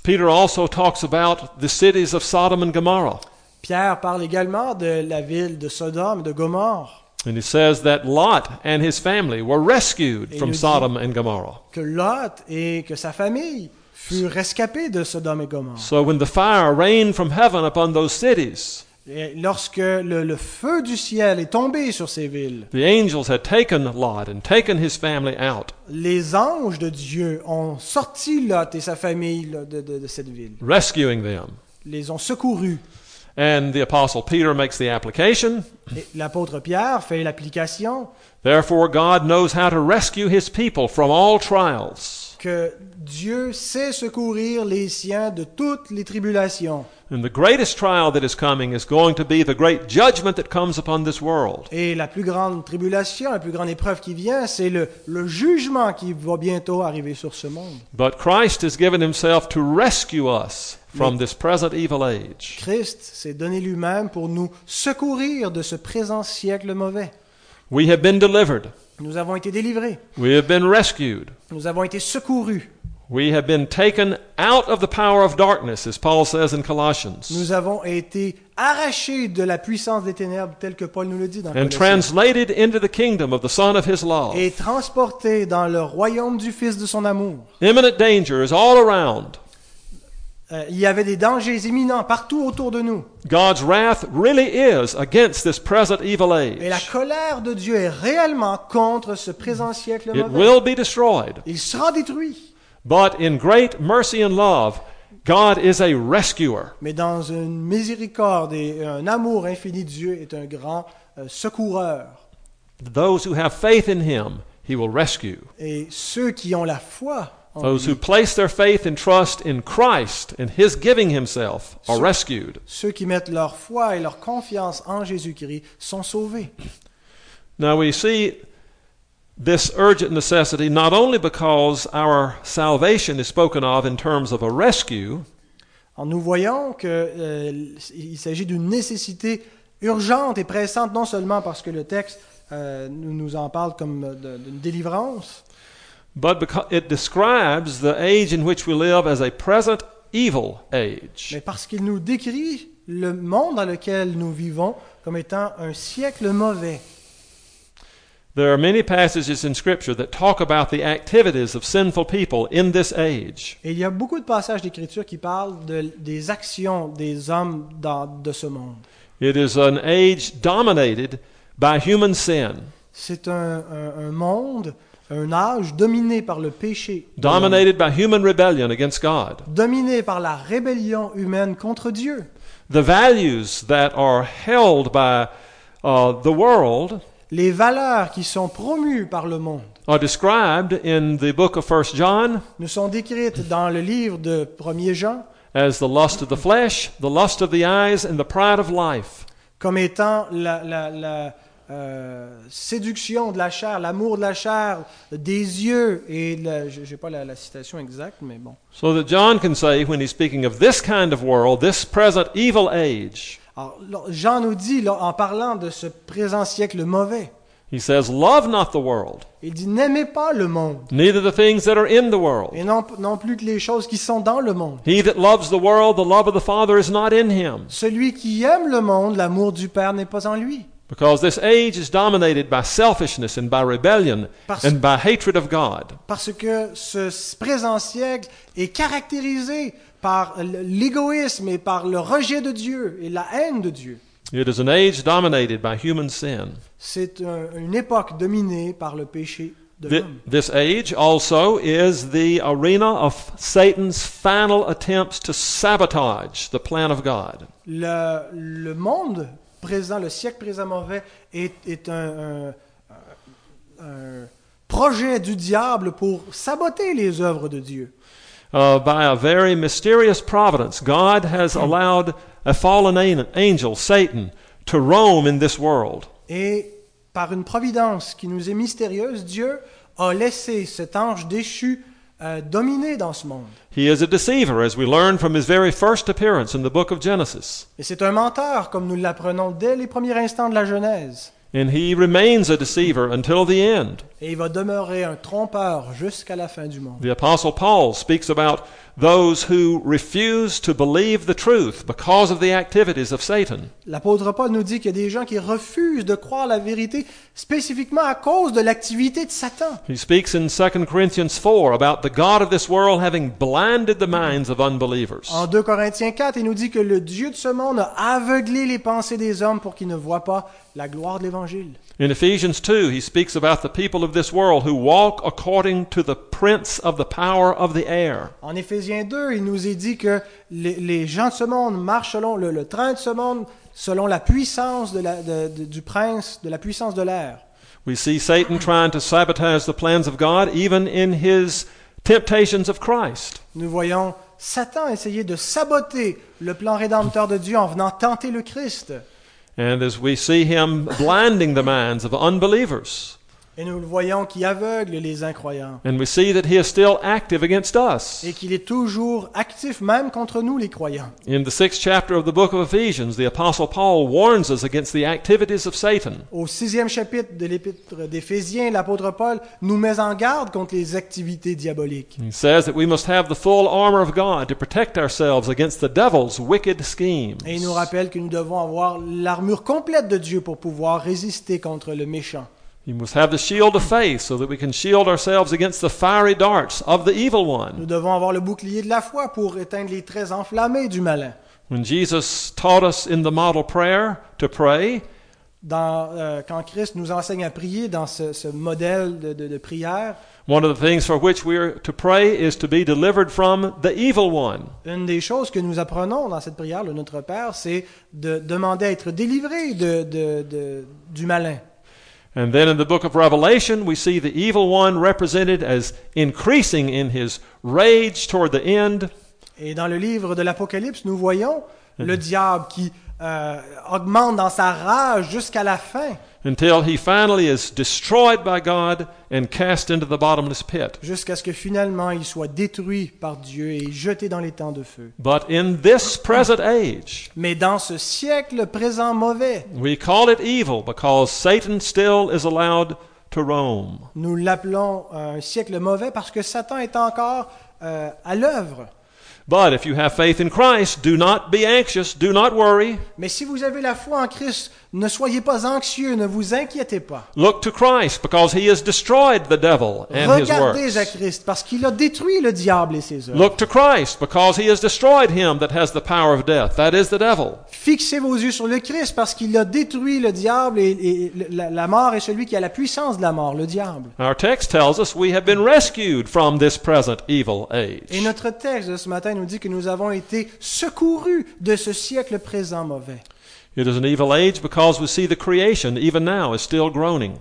S2: Peter also talks about the cities of Sodom and Gomorrah.
S1: Pierre parle également de la ville de Sodome et de Gomorre,
S2: And he says that Lot and his family were rescued
S1: Et
S2: from
S1: le dit-
S2: Sodom and Gomorrah.
S1: que Lot et que sa famille furent rescapés de Sodome et Gomorre.
S2: So when the fire rained from heaven upon those cities,
S1: Et lorsque le, le feu du ciel est tombé sur ces villes,
S2: the angels had taken Lot and taken his family out,
S1: les anges de Dieu ont sorti Lot et sa famille là, de, de- de cette ville,
S2: rescuing them.
S1: les ont secourus.
S2: And the apostle Peter makes the application.
S1: Et L'apôtre Pierre fait l'application
S2: Therefore, God knows how to rescue his people from all trials.
S1: que Dieu sait secourir les siens de toutes les tribulations.
S2: And the greatest trial that is coming is going to be the great judgment that comes upon this world.
S1: Et la plus grande tribulation, la plus grande épreuve qui vient, c'est le, le jugement qui va bientôt arriver sur ce monde.
S2: But Christ has given himself to rescue us from this present evil age.
S1: Christ s'est donné lui-même pour nous secourir de ce présent siècle mauvais.
S2: We have been delivered.
S1: Nous avons été délivrés.
S2: We have been rescued.
S1: Nous avons été secourus.
S2: We have been taken out of the power of darkness, as Paul says in Colossians,
S1: Nous avons été arrachés de la puissance des ténèbres, tel que Paul nous le dit dans
S2: and
S1: Colossiens,
S2: translated into the kingdom of the Son of His love.
S1: et transportés dans le royaume du Fils de son amour.
S2: Imminent danger is all around.
S1: Euh, il y avait des dangers imminents partout autour de nous.
S2: God's wrath really is against this present evil
S1: Et la
S2: age.
S1: colère de Dieu est réellement contre ce présent siècle
S2: It
S1: mauvais.
S2: will be destroyed.
S1: Il sera détruit.
S2: But in great mercy and love, God is a rescuer.
S1: Mais dans une miséricorde et un amour infini, Dieu est un grand euh, secoureur.
S2: Those who have faith in Him, He will rescue.
S1: Et ceux qui ont la foi en
S2: Those
S1: lui,
S2: who place their faith and trust in Christ and His giving Himself are rescued.
S1: ceux qui mettent leur foi et leur confiance en Jésus-Christ sont sauvés.
S2: Now we see this urgent necessity not only because our salvation is spoken of in terms of a rescue,
S1: Alors, nous voyons qu'il s'agit d'une nécessité urgente et pressante, non seulement parce que le texte euh, nous, nous en parle comme euh, de- d'une délivrance,
S2: but because it describes the age in which we live as a present evil age.
S1: mais parce qu'il nous décrit le monde dans lequel nous vivons comme étant un siècle mauvais.
S2: There are many passages in Scripture that talk about the activities of sinful people in this age.
S1: Et il y a beaucoup de passages d'Écriture qui parlent de- des actions des hommes dans- de ce monde.
S2: It is an age dominated by human sin,
S1: C'est un, un- un monde, un âge dominé par le péché,
S2: dominated by human rebellion against God.
S1: dominé par la rébellion humaine contre Dieu.
S2: The values that are held by uh, the world
S1: Les valeurs qui sont promues par le monde
S2: are described in the book of 1 John
S1: nous sont décrites dans le livre de 1er Jean
S2: as the lust of the flesh, the lust of the eyes, and the pride of life.
S1: comme étant la, la- la, euh, séduction de la chair, l'amour de la chair, des yeux, et la- je n'ai pas la, la citation exacte, mais bon.
S2: So that John can say, when he's speaking of this kind of world, this present evil age,
S1: Alors, là, Jean nous dit, là, en parlant de ce présent siècle mauvais,
S2: he says, Love not the world,
S1: il dit, n'aimez pas le monde,
S2: neither the things that are in the world.
S1: et non, non plus que les choses qui sont dans le monde.
S2: He that loves the world, the love of the Father is not in him.
S1: Celui qui aime le monde, l'amour du Père n'est pas en lui.
S2: Because this age is dominated by selfishness and by rebellion
S1: Parce-
S2: and by hatred of God.
S1: Parce que ce présent siècle est caractérisé par l- l'égoïsme et par le rejet de Dieu et la haine de Dieu.
S2: It is an age dominated by human sin.
S1: C'est un- une époque dominée par le péché de
S2: Thi-
S1: l'homme.
S2: this age also is the arena of Satan's final attempts to sabotage the plan of God.
S1: Le, le monde présent, le siècle présent mauvais, est, est un, un- un projet du diable pour saboter les œuvres de Dieu.
S2: Uh, by a very mysterious providence, God has allowed a fallen an- angel, Satan, to roam in this world.
S1: Et par une providence qui nous est mystérieuse, Dieu a laissé cet ange déchu euh, dominer dans ce monde.
S2: He is a deceiver, as we learn from his very first appearance in the book of Genesis.
S1: Et c'est un menteur, comme nous l'apprenons dès les premiers instants de la Genèse.
S2: And he remains a deceiver until the end.
S1: Et il va demeurer un trompeur jusqu'à la fin du monde.
S2: The Apostle Paul speaks about those who refuse to believe the truth because of the activities of Satan.
S1: L'apôtre Paul nous dit qu'il y a des gens qui refusent de croire la vérité spécifiquement à cause de l'activité de Satan.
S2: He speaks in 2 Corinthians 4 about the God of this world having blinded the minds of unbelievers.
S1: En 2 Corinthiens 4, il nous dit que le Dieu de ce monde a aveuglé les pensées des hommes pour qu'ils ne voient pas la gloire de l'Évangile.
S2: In Ephesians 2, he speaks about the people of this world who walk according to the prince of the power of the air.
S1: En Éphésiens 2, il nous est dit que les, les gens de ce monde marchent selon le, le train de ce monde, selon la puissance de la- de- de- du prince, de la puissance de l'air.
S2: We see Satan trying to sabotage the plans of God even in his temptations of Christ.
S1: Nous voyons Satan essayer de saboter le plan rédempteur de Dieu en venant tenter le Christ.
S2: And as we see him blinding the minds of unbelievers,
S1: Et nous le voyons qui aveugle les incroyants.
S2: and we see that he is still active against us.
S1: Et qu'il est toujours actif même contre nous les croyants.
S2: In the sixth chapter of the book of Ephesians, the Apostle Paul warns us against the activities of Satan.
S1: Au sixième chapitre de l'épître d'Éphésiens, l'apôtre Paul nous met en garde contre les activités diaboliques.
S2: He says that we must have the full armor of God to protect ourselves against the devil's wicked schemes.
S1: Et il nous rappelle que nous devons avoir l'armure complète de Dieu pour pouvoir résister contre le méchant.
S2: We must have the shield of faith so that we can shield ourselves against the fiery darts of the evil
S1: Nous
S2: one.
S1: devons avoir le bouclier de la foi pour éteindre les traits enflammés du malin.
S2: When Jesus taught us in the model prayer to pray,
S1: Dans, euh, quand Christ nous enseigne à prier dans ce, ce modèle de, de- de prière,
S2: one of the things for which we are to pray is to be delivered from the evil one.
S1: une des choses que nous apprenons dans cette prière, le Notre Père, c'est de demander à être délivré de- de- de- du malin.
S2: And then in the book of Revelation, we see the evil one represented as increasing in his rage toward the end.
S1: Et dans le livre de l'Apocalypse, nous voyons le diable qui euh, augmente dans sa rage jusqu'à la fin,
S2: until he finally is destroyed by God and cast into the bottomless pit.
S1: jusqu'à ce que finalement il soit détruit par Dieu et jeté dans les temps de feu.
S2: But in this present age,
S1: Mais dans ce siècle présent mauvais,
S2: we call it evil because Satan still is allowed to roam.
S1: nous l'appelons euh, un siècle mauvais parce que Satan est encore euh, à l'œuvre.
S2: But if you have faith in Christ, do not be anxious, do not worry.
S1: Mais si vous avez la foi en Christ, ne soyez pas anxieux, ne vous inquiétez pas.
S2: Look to Christ because he has destroyed the devil and his
S1: Regardez à
S2: works.
S1: Christ parce qu'il a détruit le diable et ses œuvres.
S2: Look to Christ because he has destroyed him that has the power of death, that is the devil.
S1: Fixez vos yeux sur le Christ parce qu'il a détruit le diable et, et le- la, la mort est celui qui a la puissance de la mort, le diable.
S2: Our text tells us we have been rescued from this present evil age.
S1: Et notre texte de ce matin nous dit que nous avons été secourus de ce siècle présent mauvais.
S2: It is an evil age because we see the creation, even now, is still groaning.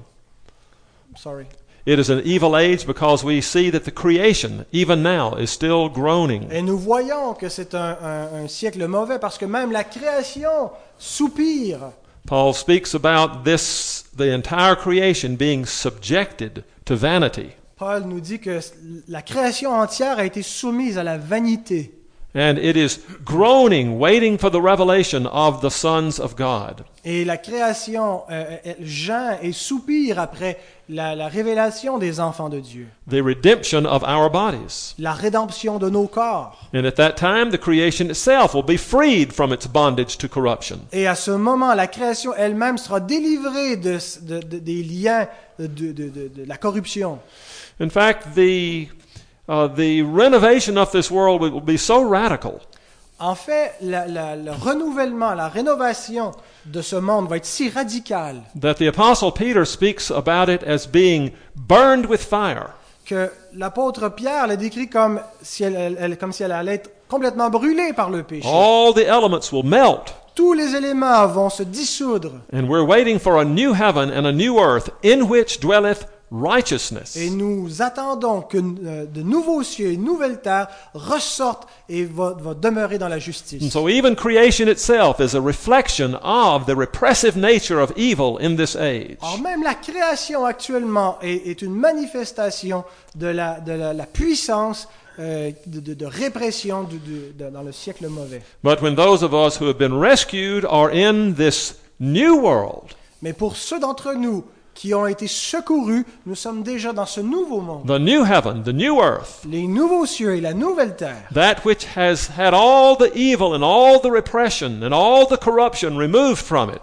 S1: Sorry.
S2: It is an evil age because we see that the creation, even now, is still groaning.
S1: Et nous voyons que c'est un, un- un siècle mauvais parce que même la création soupire.
S2: Paul speaks about this, the entire creation being subjected to vanity.
S1: Paul nous dit que la création entière a été soumise à la vanité.
S2: And it is groaning, waiting for the revelation of the sons of God.
S1: Et la création euh, euh, Jean et soupire après la- la révélation des enfants de Dieu.
S2: The redemption of our bodies.
S1: la rédemption de nos corps.
S2: And at that time, the creation itself will be freed from its bondage to corruption.
S1: Et à ce moment, la création elle-même sera délivrée de, de- de- des liens de, de- de- de la corruption.
S2: In fact, the, uh, the renovation of this world will be so radical
S1: En fait, la- la- le renouvellement, la rénovation de ce monde va être si radicale
S2: that the Apostle Peter speaks about it as being burned with fire.
S1: que l'apôtre Pierre la décrit comme si elle, elle- elle- comme si elle allait être complètement brûlée par le péché.
S2: All the elements will melt,
S1: Tous les éléments vont se dissoudre
S2: and we're waiting for a new heaven and a new earth in which dwelleth righteousness.
S1: et nous attendons que euh, de nouveaux cieux et une nouvelle terre ressortent et va, va demeurer dans la
S2: And
S1: justice.
S2: so, even creation itself is a reflection of the repressive nature of evil in this age.
S1: Or même la création actuellement est, est une manifestation de la, de la- la puissance euh, de, de- de répression du- du- de- dans le siècle mauvais.
S2: But when those of us who have been rescued are in this new world,
S1: Mais pour ceux d'entre nous qui ont été secourus, nous sommes déjà dans ce nouveau monde,
S2: the new heaven, the new earth,
S1: les nouveaux cieux et la nouvelle terre.
S2: that which has had all the evil and all the repression and all the corruption removed from it,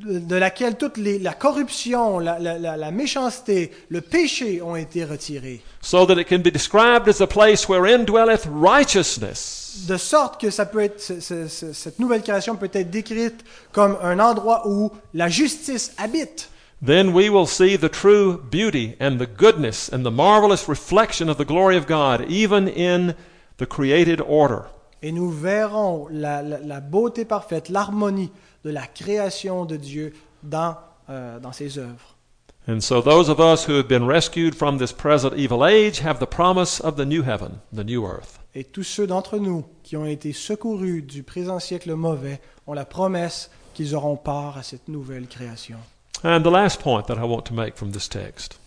S1: de de laquelle toute les- la corruption, la, la- la- la méchanceté, le péché ont été retirés,
S2: so that it can be described as a place wherein dwelleth righteousness.
S1: de sorte que ça peut être, ce- ce- ce- cette nouvelle création peut être décrite comme un endroit où la justice habite.
S2: Then we will see the true beauty and the goodness and the marvelous reflection of the glory of God, even in the created order.
S1: Et nous verrons la, la- la beauté parfaite, l'harmonie de la création de Dieu dans, euh, dans ses œuvres.
S2: And so, those of us who have been rescued from this present evil age have the promise of the new heaven, the new earth.
S1: Et tous ceux d'entre nous qui ont été secourus du présent siècle mauvais ont la promesse qu'ils auront part à cette nouvelle création.
S2: And the last point that I want to make from this text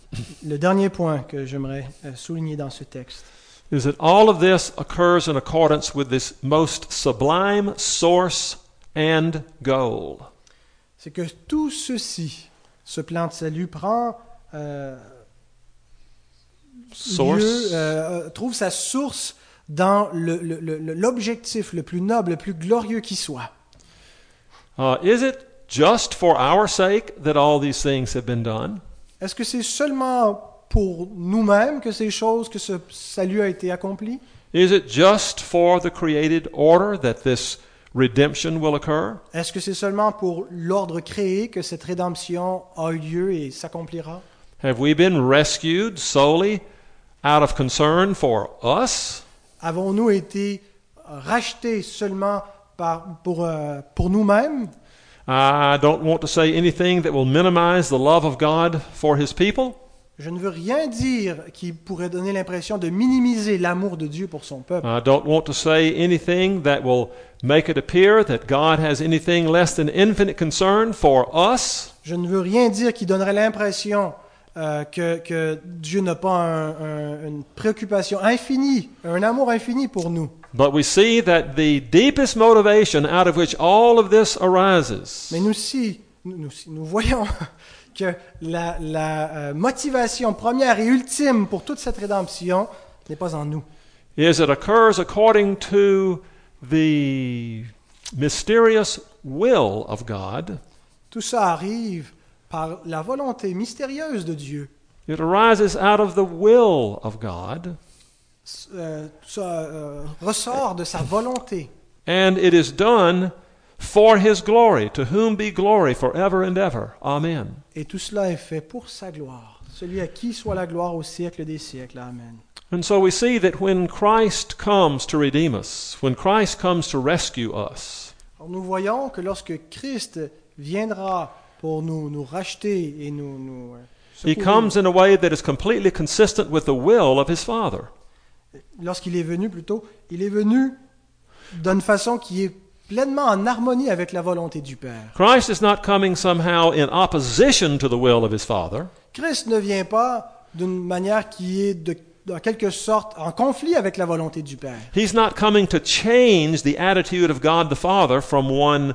S1: Le dernier point que j'aimerais euh, souligner dans ce texte,
S2: is that all of this occurs in accordance with this most sublime source and goal.
S1: c'est que tout ceci, ce plan de salut, prend euh, lieu,
S2: Source.
S1: euh, euh, trouve sa source dans le- le- le- le- l'objectif le plus noble, le plus glorieux qui soit.
S2: Uh, is it just for our sake that all these things have been done?
S1: Est-ce que c'est seulement pour nous-mêmes que ces choses, que ce salut a été accompli
S2: Is it just for the created order that this redemption will occur?
S1: Est-ce que c'est seulement pour l'ordre créé que cette rédemption a eu lieu et s'accomplira
S2: Have we been rescued solely out of concern for us?
S1: Avons-nous été rachetés seulement par, pour, euh, pour nous-mêmes
S2: I don't want to say anything that will minimize the love of God for his people.
S1: Je ne veux rien dire qui pourrait donner l'impression de minimiser l'amour de Dieu pour son peuple.
S2: I don't want to say anything that will make it appear that God has anything less than infinite concern for us.
S1: Je ne veux rien dire qui donnerait l'impression euh, que, que Dieu n'a pas un- un- une préoccupation infinie, un amour infini pour nous.
S2: But we see that the deepest motivation out of which all of this arises
S1: Mais nous, si, nous, nous- si- nous voyons que la, la, euh, motivation première et ultime pour toute cette rédemption n'est pas en nous.
S2: is it occurs according to the mysterious will of God.
S1: Tout ça arrive par la volonté mystérieuse de Dieu.
S2: It arises out of the will of God,
S1: S- euh, tout ça euh, ressort de sa volonté.
S2: and it is done for his glory, to whom be glory forever and ever. Amen.
S1: Et tout cela est fait pour sa gloire. Celui à qui soit la gloire au siècle des siècles. Amen.
S2: And so we see that when Christ comes to redeem us, when Christ comes to rescue us,
S1: Alors, nous voyons que lorsque Christ viendra pour nous, nous racheter et nous... nous euh,
S2: he
S1: secourir,
S2: comes in a way that is completely consistent with the will of his Father.
S1: lorsqu'il est venu plutôt, il est venu d'une façon qui est pleinement en harmonie avec la volonté du Père.
S2: Christ is not coming somehow in opposition to the will of his Father.
S1: Christ ne vient pas d'une manière qui est de, en quelque sorte en conflit avec la volonté du Père.
S2: He's not coming to change the attitude of God the Father from one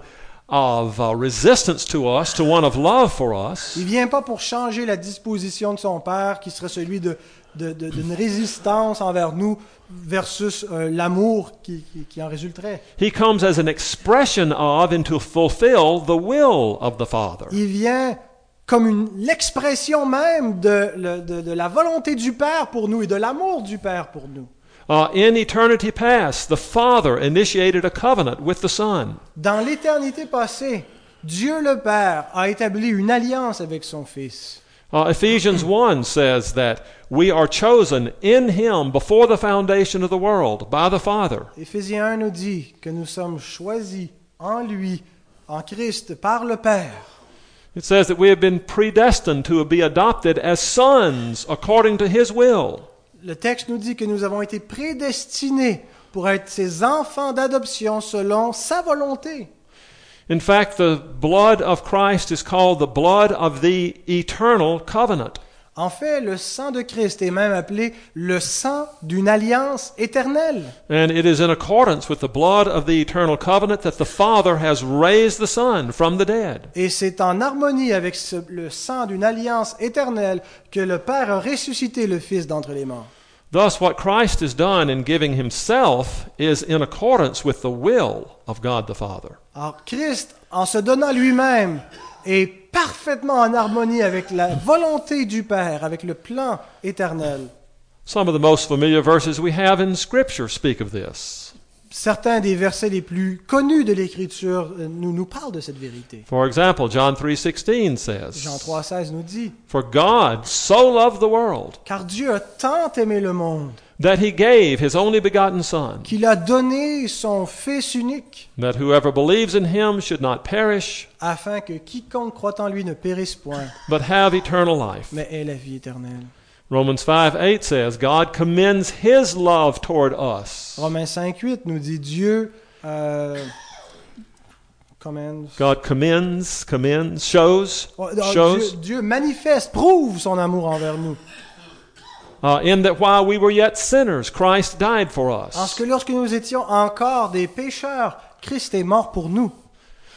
S2: of uh, resistance to us to one of love for us.
S1: Il vient pas pour changer la disposition de son Père, qui serait celui de de- de- d'une résistance envers nous versus euh, l'amour qui, qui- qui en résulterait.
S2: He comes as an expression of and to fulfill the will of the Father.
S1: Il vient comme une- l'expression même de- le- de- de la volonté du Père pour nous et de l'amour du Père pour nous.
S2: Uh, in eternity past, the Father initiated a covenant with the Son.
S1: Dans l'éternité passée, Dieu le Père a établi une alliance avec son Fils.
S2: Uh, Ephesians 1 says that we are chosen in Him before the foundation of the world by the Father.
S1: Éphésiens 1 nous dit que nous sommes choisis en lui, en Christ, par le Père.
S2: It says that we have been predestined to be adopted as sons according to His will.
S1: Le texte nous dit que nous avons été prédestinés pour être ses enfants d'adoption selon sa volonté.
S2: In fact, the blood of Christ is called the blood of the eternal covenant.
S1: En fait, le sang de Christ est même appelé le sang d'une alliance éternelle.
S2: And it is in accordance with the blood of the eternal covenant that the Father has raised the Son from the dead.
S1: Et c'est en harmonie avec ce- le sang d'une alliance éternelle que le Père a ressuscité le Fils d'entre les morts.
S2: Thus, what Christ has done in giving Himself is in accordance with the will of God the Father.
S1: Alors Christ, en se donnant lui-même, est parfaitement en harmonie avec la volonté du Père, avec le plan éternel.
S2: Some of the most familiar verses we have in Scripture speak of this.
S1: Certains des versets les plus connus de l'Écriture euh, nous, nous parlent de cette vérité.
S2: For example, John 3:16 says,
S1: Jean 3,16 nous dit
S2: "For God so loved the world
S1: Car Dieu a tant aimé le monde
S2: that he gave his only begotten son,
S1: qu'il a donné son Fils unique,
S2: that whoever believes in him should not perish,
S1: afin que quiconque croit en lui ne périsse point,
S2: but have eternal life."
S1: mais ait la vie éternelle.
S2: Romans 5 8 says, God commends his love toward us.
S1: Romains 5, 8 nous dit Dieu. euh, commence-
S2: God commends, commends, shows,
S1: Oh, oh,
S2: shows,
S1: Dieu, Dieu manifeste, prouve son amour envers nous.
S2: uh, in that while we were yet sinners, Christ died for
S1: Parce
S2: us.
S1: que lorsque nous étions encore des pécheurs, Christ est mort pour nous.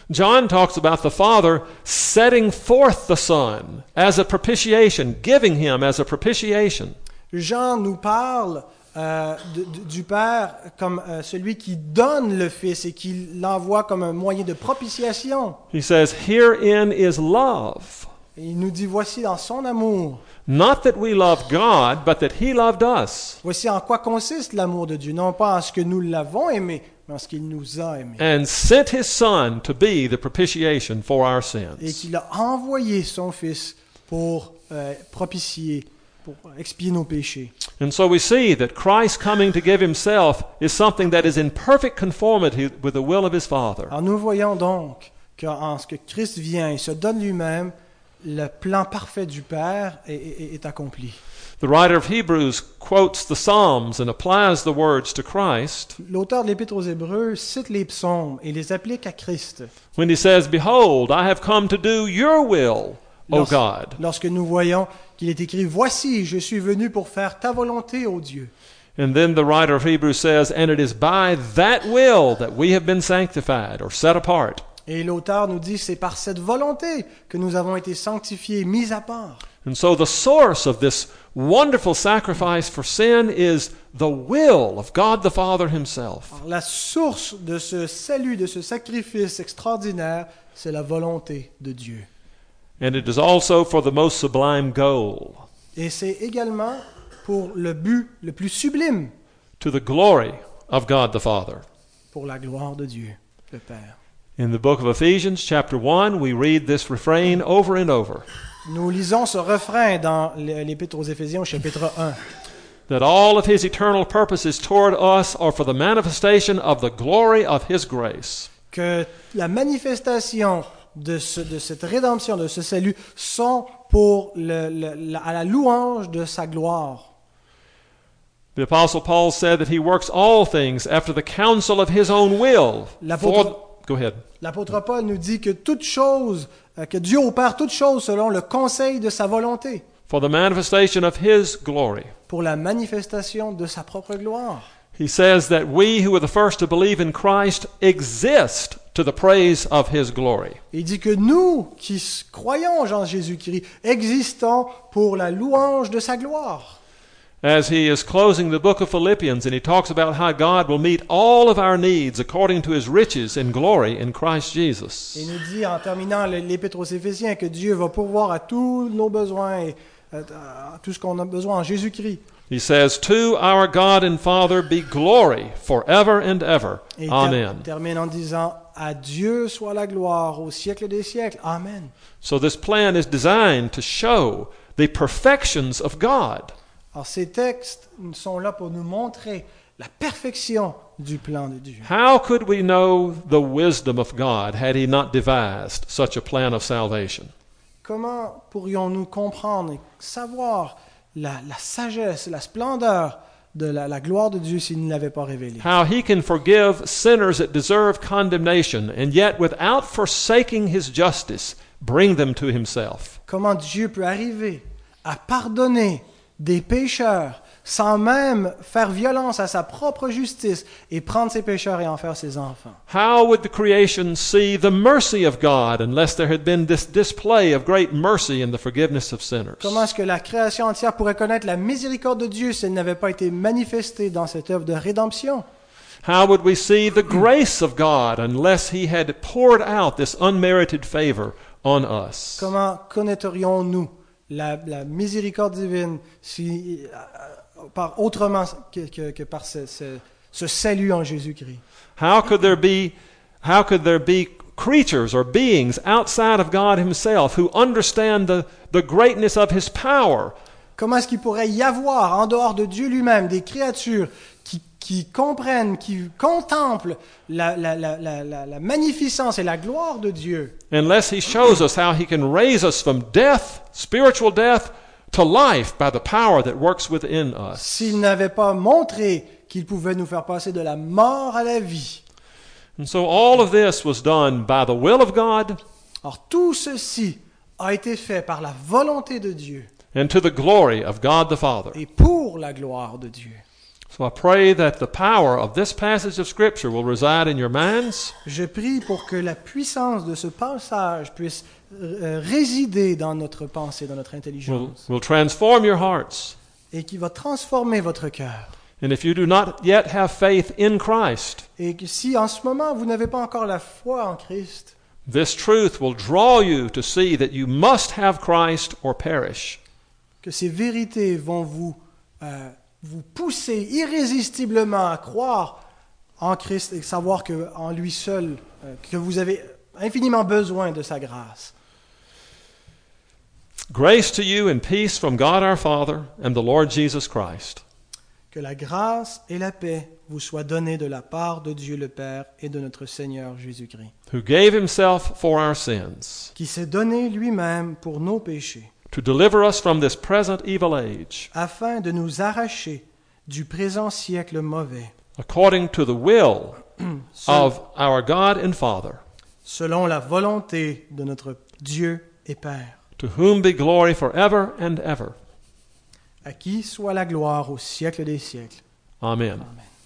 S2: John talks about the Father setting forth the Son as a propitiation, giving him as a propitiation.
S1: Jean nous parle euh, de- de- du Père comme euh, celui qui donne le Fils et qui l'envoie comme un moyen de propitiation.
S2: He says, Herein is love.
S1: Et il nous dit, voici dans son amour,
S2: Not that we love God, but that he loved us
S1: voici en quoi consiste l'amour de Dieu, non pas en ce que nous l'avons aimé, mais en ce qu'il nous a aimé.
S2: and sent his Son to be the propitiation for our
S1: Et
S2: sins.
S1: qu'il a envoyé son Fils pour euh, propitier, pour expier nos péchés.
S2: And so we see that Christ coming to give himself is something that is in perfect conformity with the will of his Father.
S1: Alors nous voyons donc qu'en ce que Christ vient et se donne lui-même, le plan parfait du Père est, est- est accompli.
S2: The writer of Hebrews quotes the Psalms and applies the words to Christ
S1: L'auteur de l'Épître aux Hébreux cite les psaumes et les applique à Christ.
S2: when he says, Behold, I have come to do your will, O
S1: Lorsque-
S2: Oh God.
S1: Lorsque nous voyons qu'il est écrit Voici, je suis venu pour faire ta volonté, ô Dieu.
S2: And then the writer of Hebrews says, And it is by that will that we have been sanctified or set apart.
S1: Et l'auteur nous dit C'est par cette volonté que nous avons été sanctifiés, mis à part.
S2: And so the source of this wonderful sacrifice for sin is the will of God the Father himself.
S1: Alors, la source de ce salut, de ce sacrifice extraordinaire, c'est la volonté de Dieu.
S2: And it is also for the most sublime goal,
S1: Et c'est également pour le but le plus sublime
S2: to the glory of God the Father.
S1: pour la gloire de Dieu, le Père.
S2: In the book of Ephesians, chapter 1, we read this refrain over and over
S1: Nous lisons ce refrain dans l'Épître aux Éphésiens au chapitre 1.
S2: that all of His eternal purposes toward us are for the manifestation of the glory of His grace.
S1: Que la manifestation de, ce- de cette rédemption, de ce salut, sont pour le- le- la, à la louange de sa gloire.
S2: The Apostle Paul said that He works all things after the counsel of His own will.
S1: L'apôtre-
S2: for- Go ahead.
S1: L'apôtre Paul nous dit que toute chose, euh, que Dieu opère toute chose selon le conseil de sa volonté,
S2: For the manifestation of His glory.
S1: pour la manifestation de sa propre gloire.
S2: He says that we who were the first to believe in Christ exist to the praise of His glory.
S1: Il dit que nous qui s- croyons en Jésus-Christ existons pour la louange de sa gloire.
S2: As he is closing the book of Philippians and he talks about how God will meet all of our needs according to his riches and glory in Christ
S1: Il
S2: Jesus.
S1: nous dit en terminant le- l'épître aux Éphésiens que Dieu va pourvoir à tous nos besoins et euh, tout ce qu'on a besoin en Jésus-Christ.
S2: He says, To our God and Father be glory forever and ever.
S1: Et il ter-
S2: Amen.
S1: termine en disant À Dieu soit la gloire au siècle des siècles. Amen.
S2: So this plan is designed to show the perfections of God.
S1: Alors ces textes sont là pour nous montrer la perfection du plan de Dieu.
S2: How could we know the wisdom of God had He not devised such a plan of salvation?
S1: Comment pourrions-nous comprendre et savoir la, la sagesse, la splendeur de la, la gloire de Dieu s'il ne l'avait pas révélée
S2: How He can forgive sinners that deserve condemnation and yet, without forsaking His justice, bring them to Himself?
S1: Comment Dieu peut arriver à pardonner des pécheurs sans même faire violence à sa propre justice et prendre ses pécheurs et en faire ses enfants
S2: How would the creation see the mercy of God unless there had been this display of great mercy in the forgiveness of sinners?
S1: Comment est-ce que la création entière pourrait connaître la miséricorde de Dieu si elle n'avait pas été manifestée dans cette œuvre de rédemption
S2: How would we see the grace of God unless He had poured out this unmerited favor on us?
S1: Comment connaîtrions-nous la, la miséricorde divine si, euh, par autrement que, que- que par ce, ce- ce salut en Jésus-Christ
S2: How could there be how could there be creatures or beings outside of God himself who understand the, the greatness of his power
S1: Comment est-ce qu'il pourrait y avoir, en dehors de Dieu lui-même, des créatures qui, qui comprennent, qui contemplent la, la- la- la- la- la magnificence et la gloire de Dieu
S2: unless he shows us how he can raise us from death, spiritual death, to life by the power that works within us.
S1: s'il n'avait pas montré qu'il pouvait nous faire passer de la mort à la vie
S2: And so all of this was done by the will of God
S1: Or tout ceci a été fait par la volonté de Dieu
S2: and to the glory of God the Father.
S1: et pour la gloire de Dieu.
S2: So I pray that the power of this passage of Scripture will reside in your minds.
S1: Je prie pour que la puissance de ce passage puisse euh, résider dans notre pensée, dans notre
S2: Will,
S1: intelligence,
S2: will transform your hearts.
S1: et qui va transformer votre cœur.
S2: And if you do not yet have faith in Christ,
S1: Et que si en ce moment vous n'avez pas encore la foi en Christ,
S2: this truth will draw you to see that you must have Christ or perish.
S1: que ces vérités vont vous, euh, vous pousser irrésistiblement à croire en Christ et savoir que en lui seul, euh, que vous avez infiniment besoin de sa grâce.
S2: Grace to you and peace from God our Father and the Lord Jesus Christ.
S1: Que la grâce et la paix vous soient données de la part de Dieu le Père et de notre Seigneur Jésus-Christ,
S2: Who gave himself for our sins,
S1: qui s'est donné lui-même pour nos péchés,
S2: to deliver us from this present evil age,
S1: afin de nous arracher du présent siècle mauvais,
S2: according to the will
S1: se-
S2: of our God and Father,
S1: selon la volonté de notre Dieu et Père,
S2: to whom be glory forever and ever.
S1: à qui soit la gloire au siècle des siècles.
S2: Amen.
S1: Amen.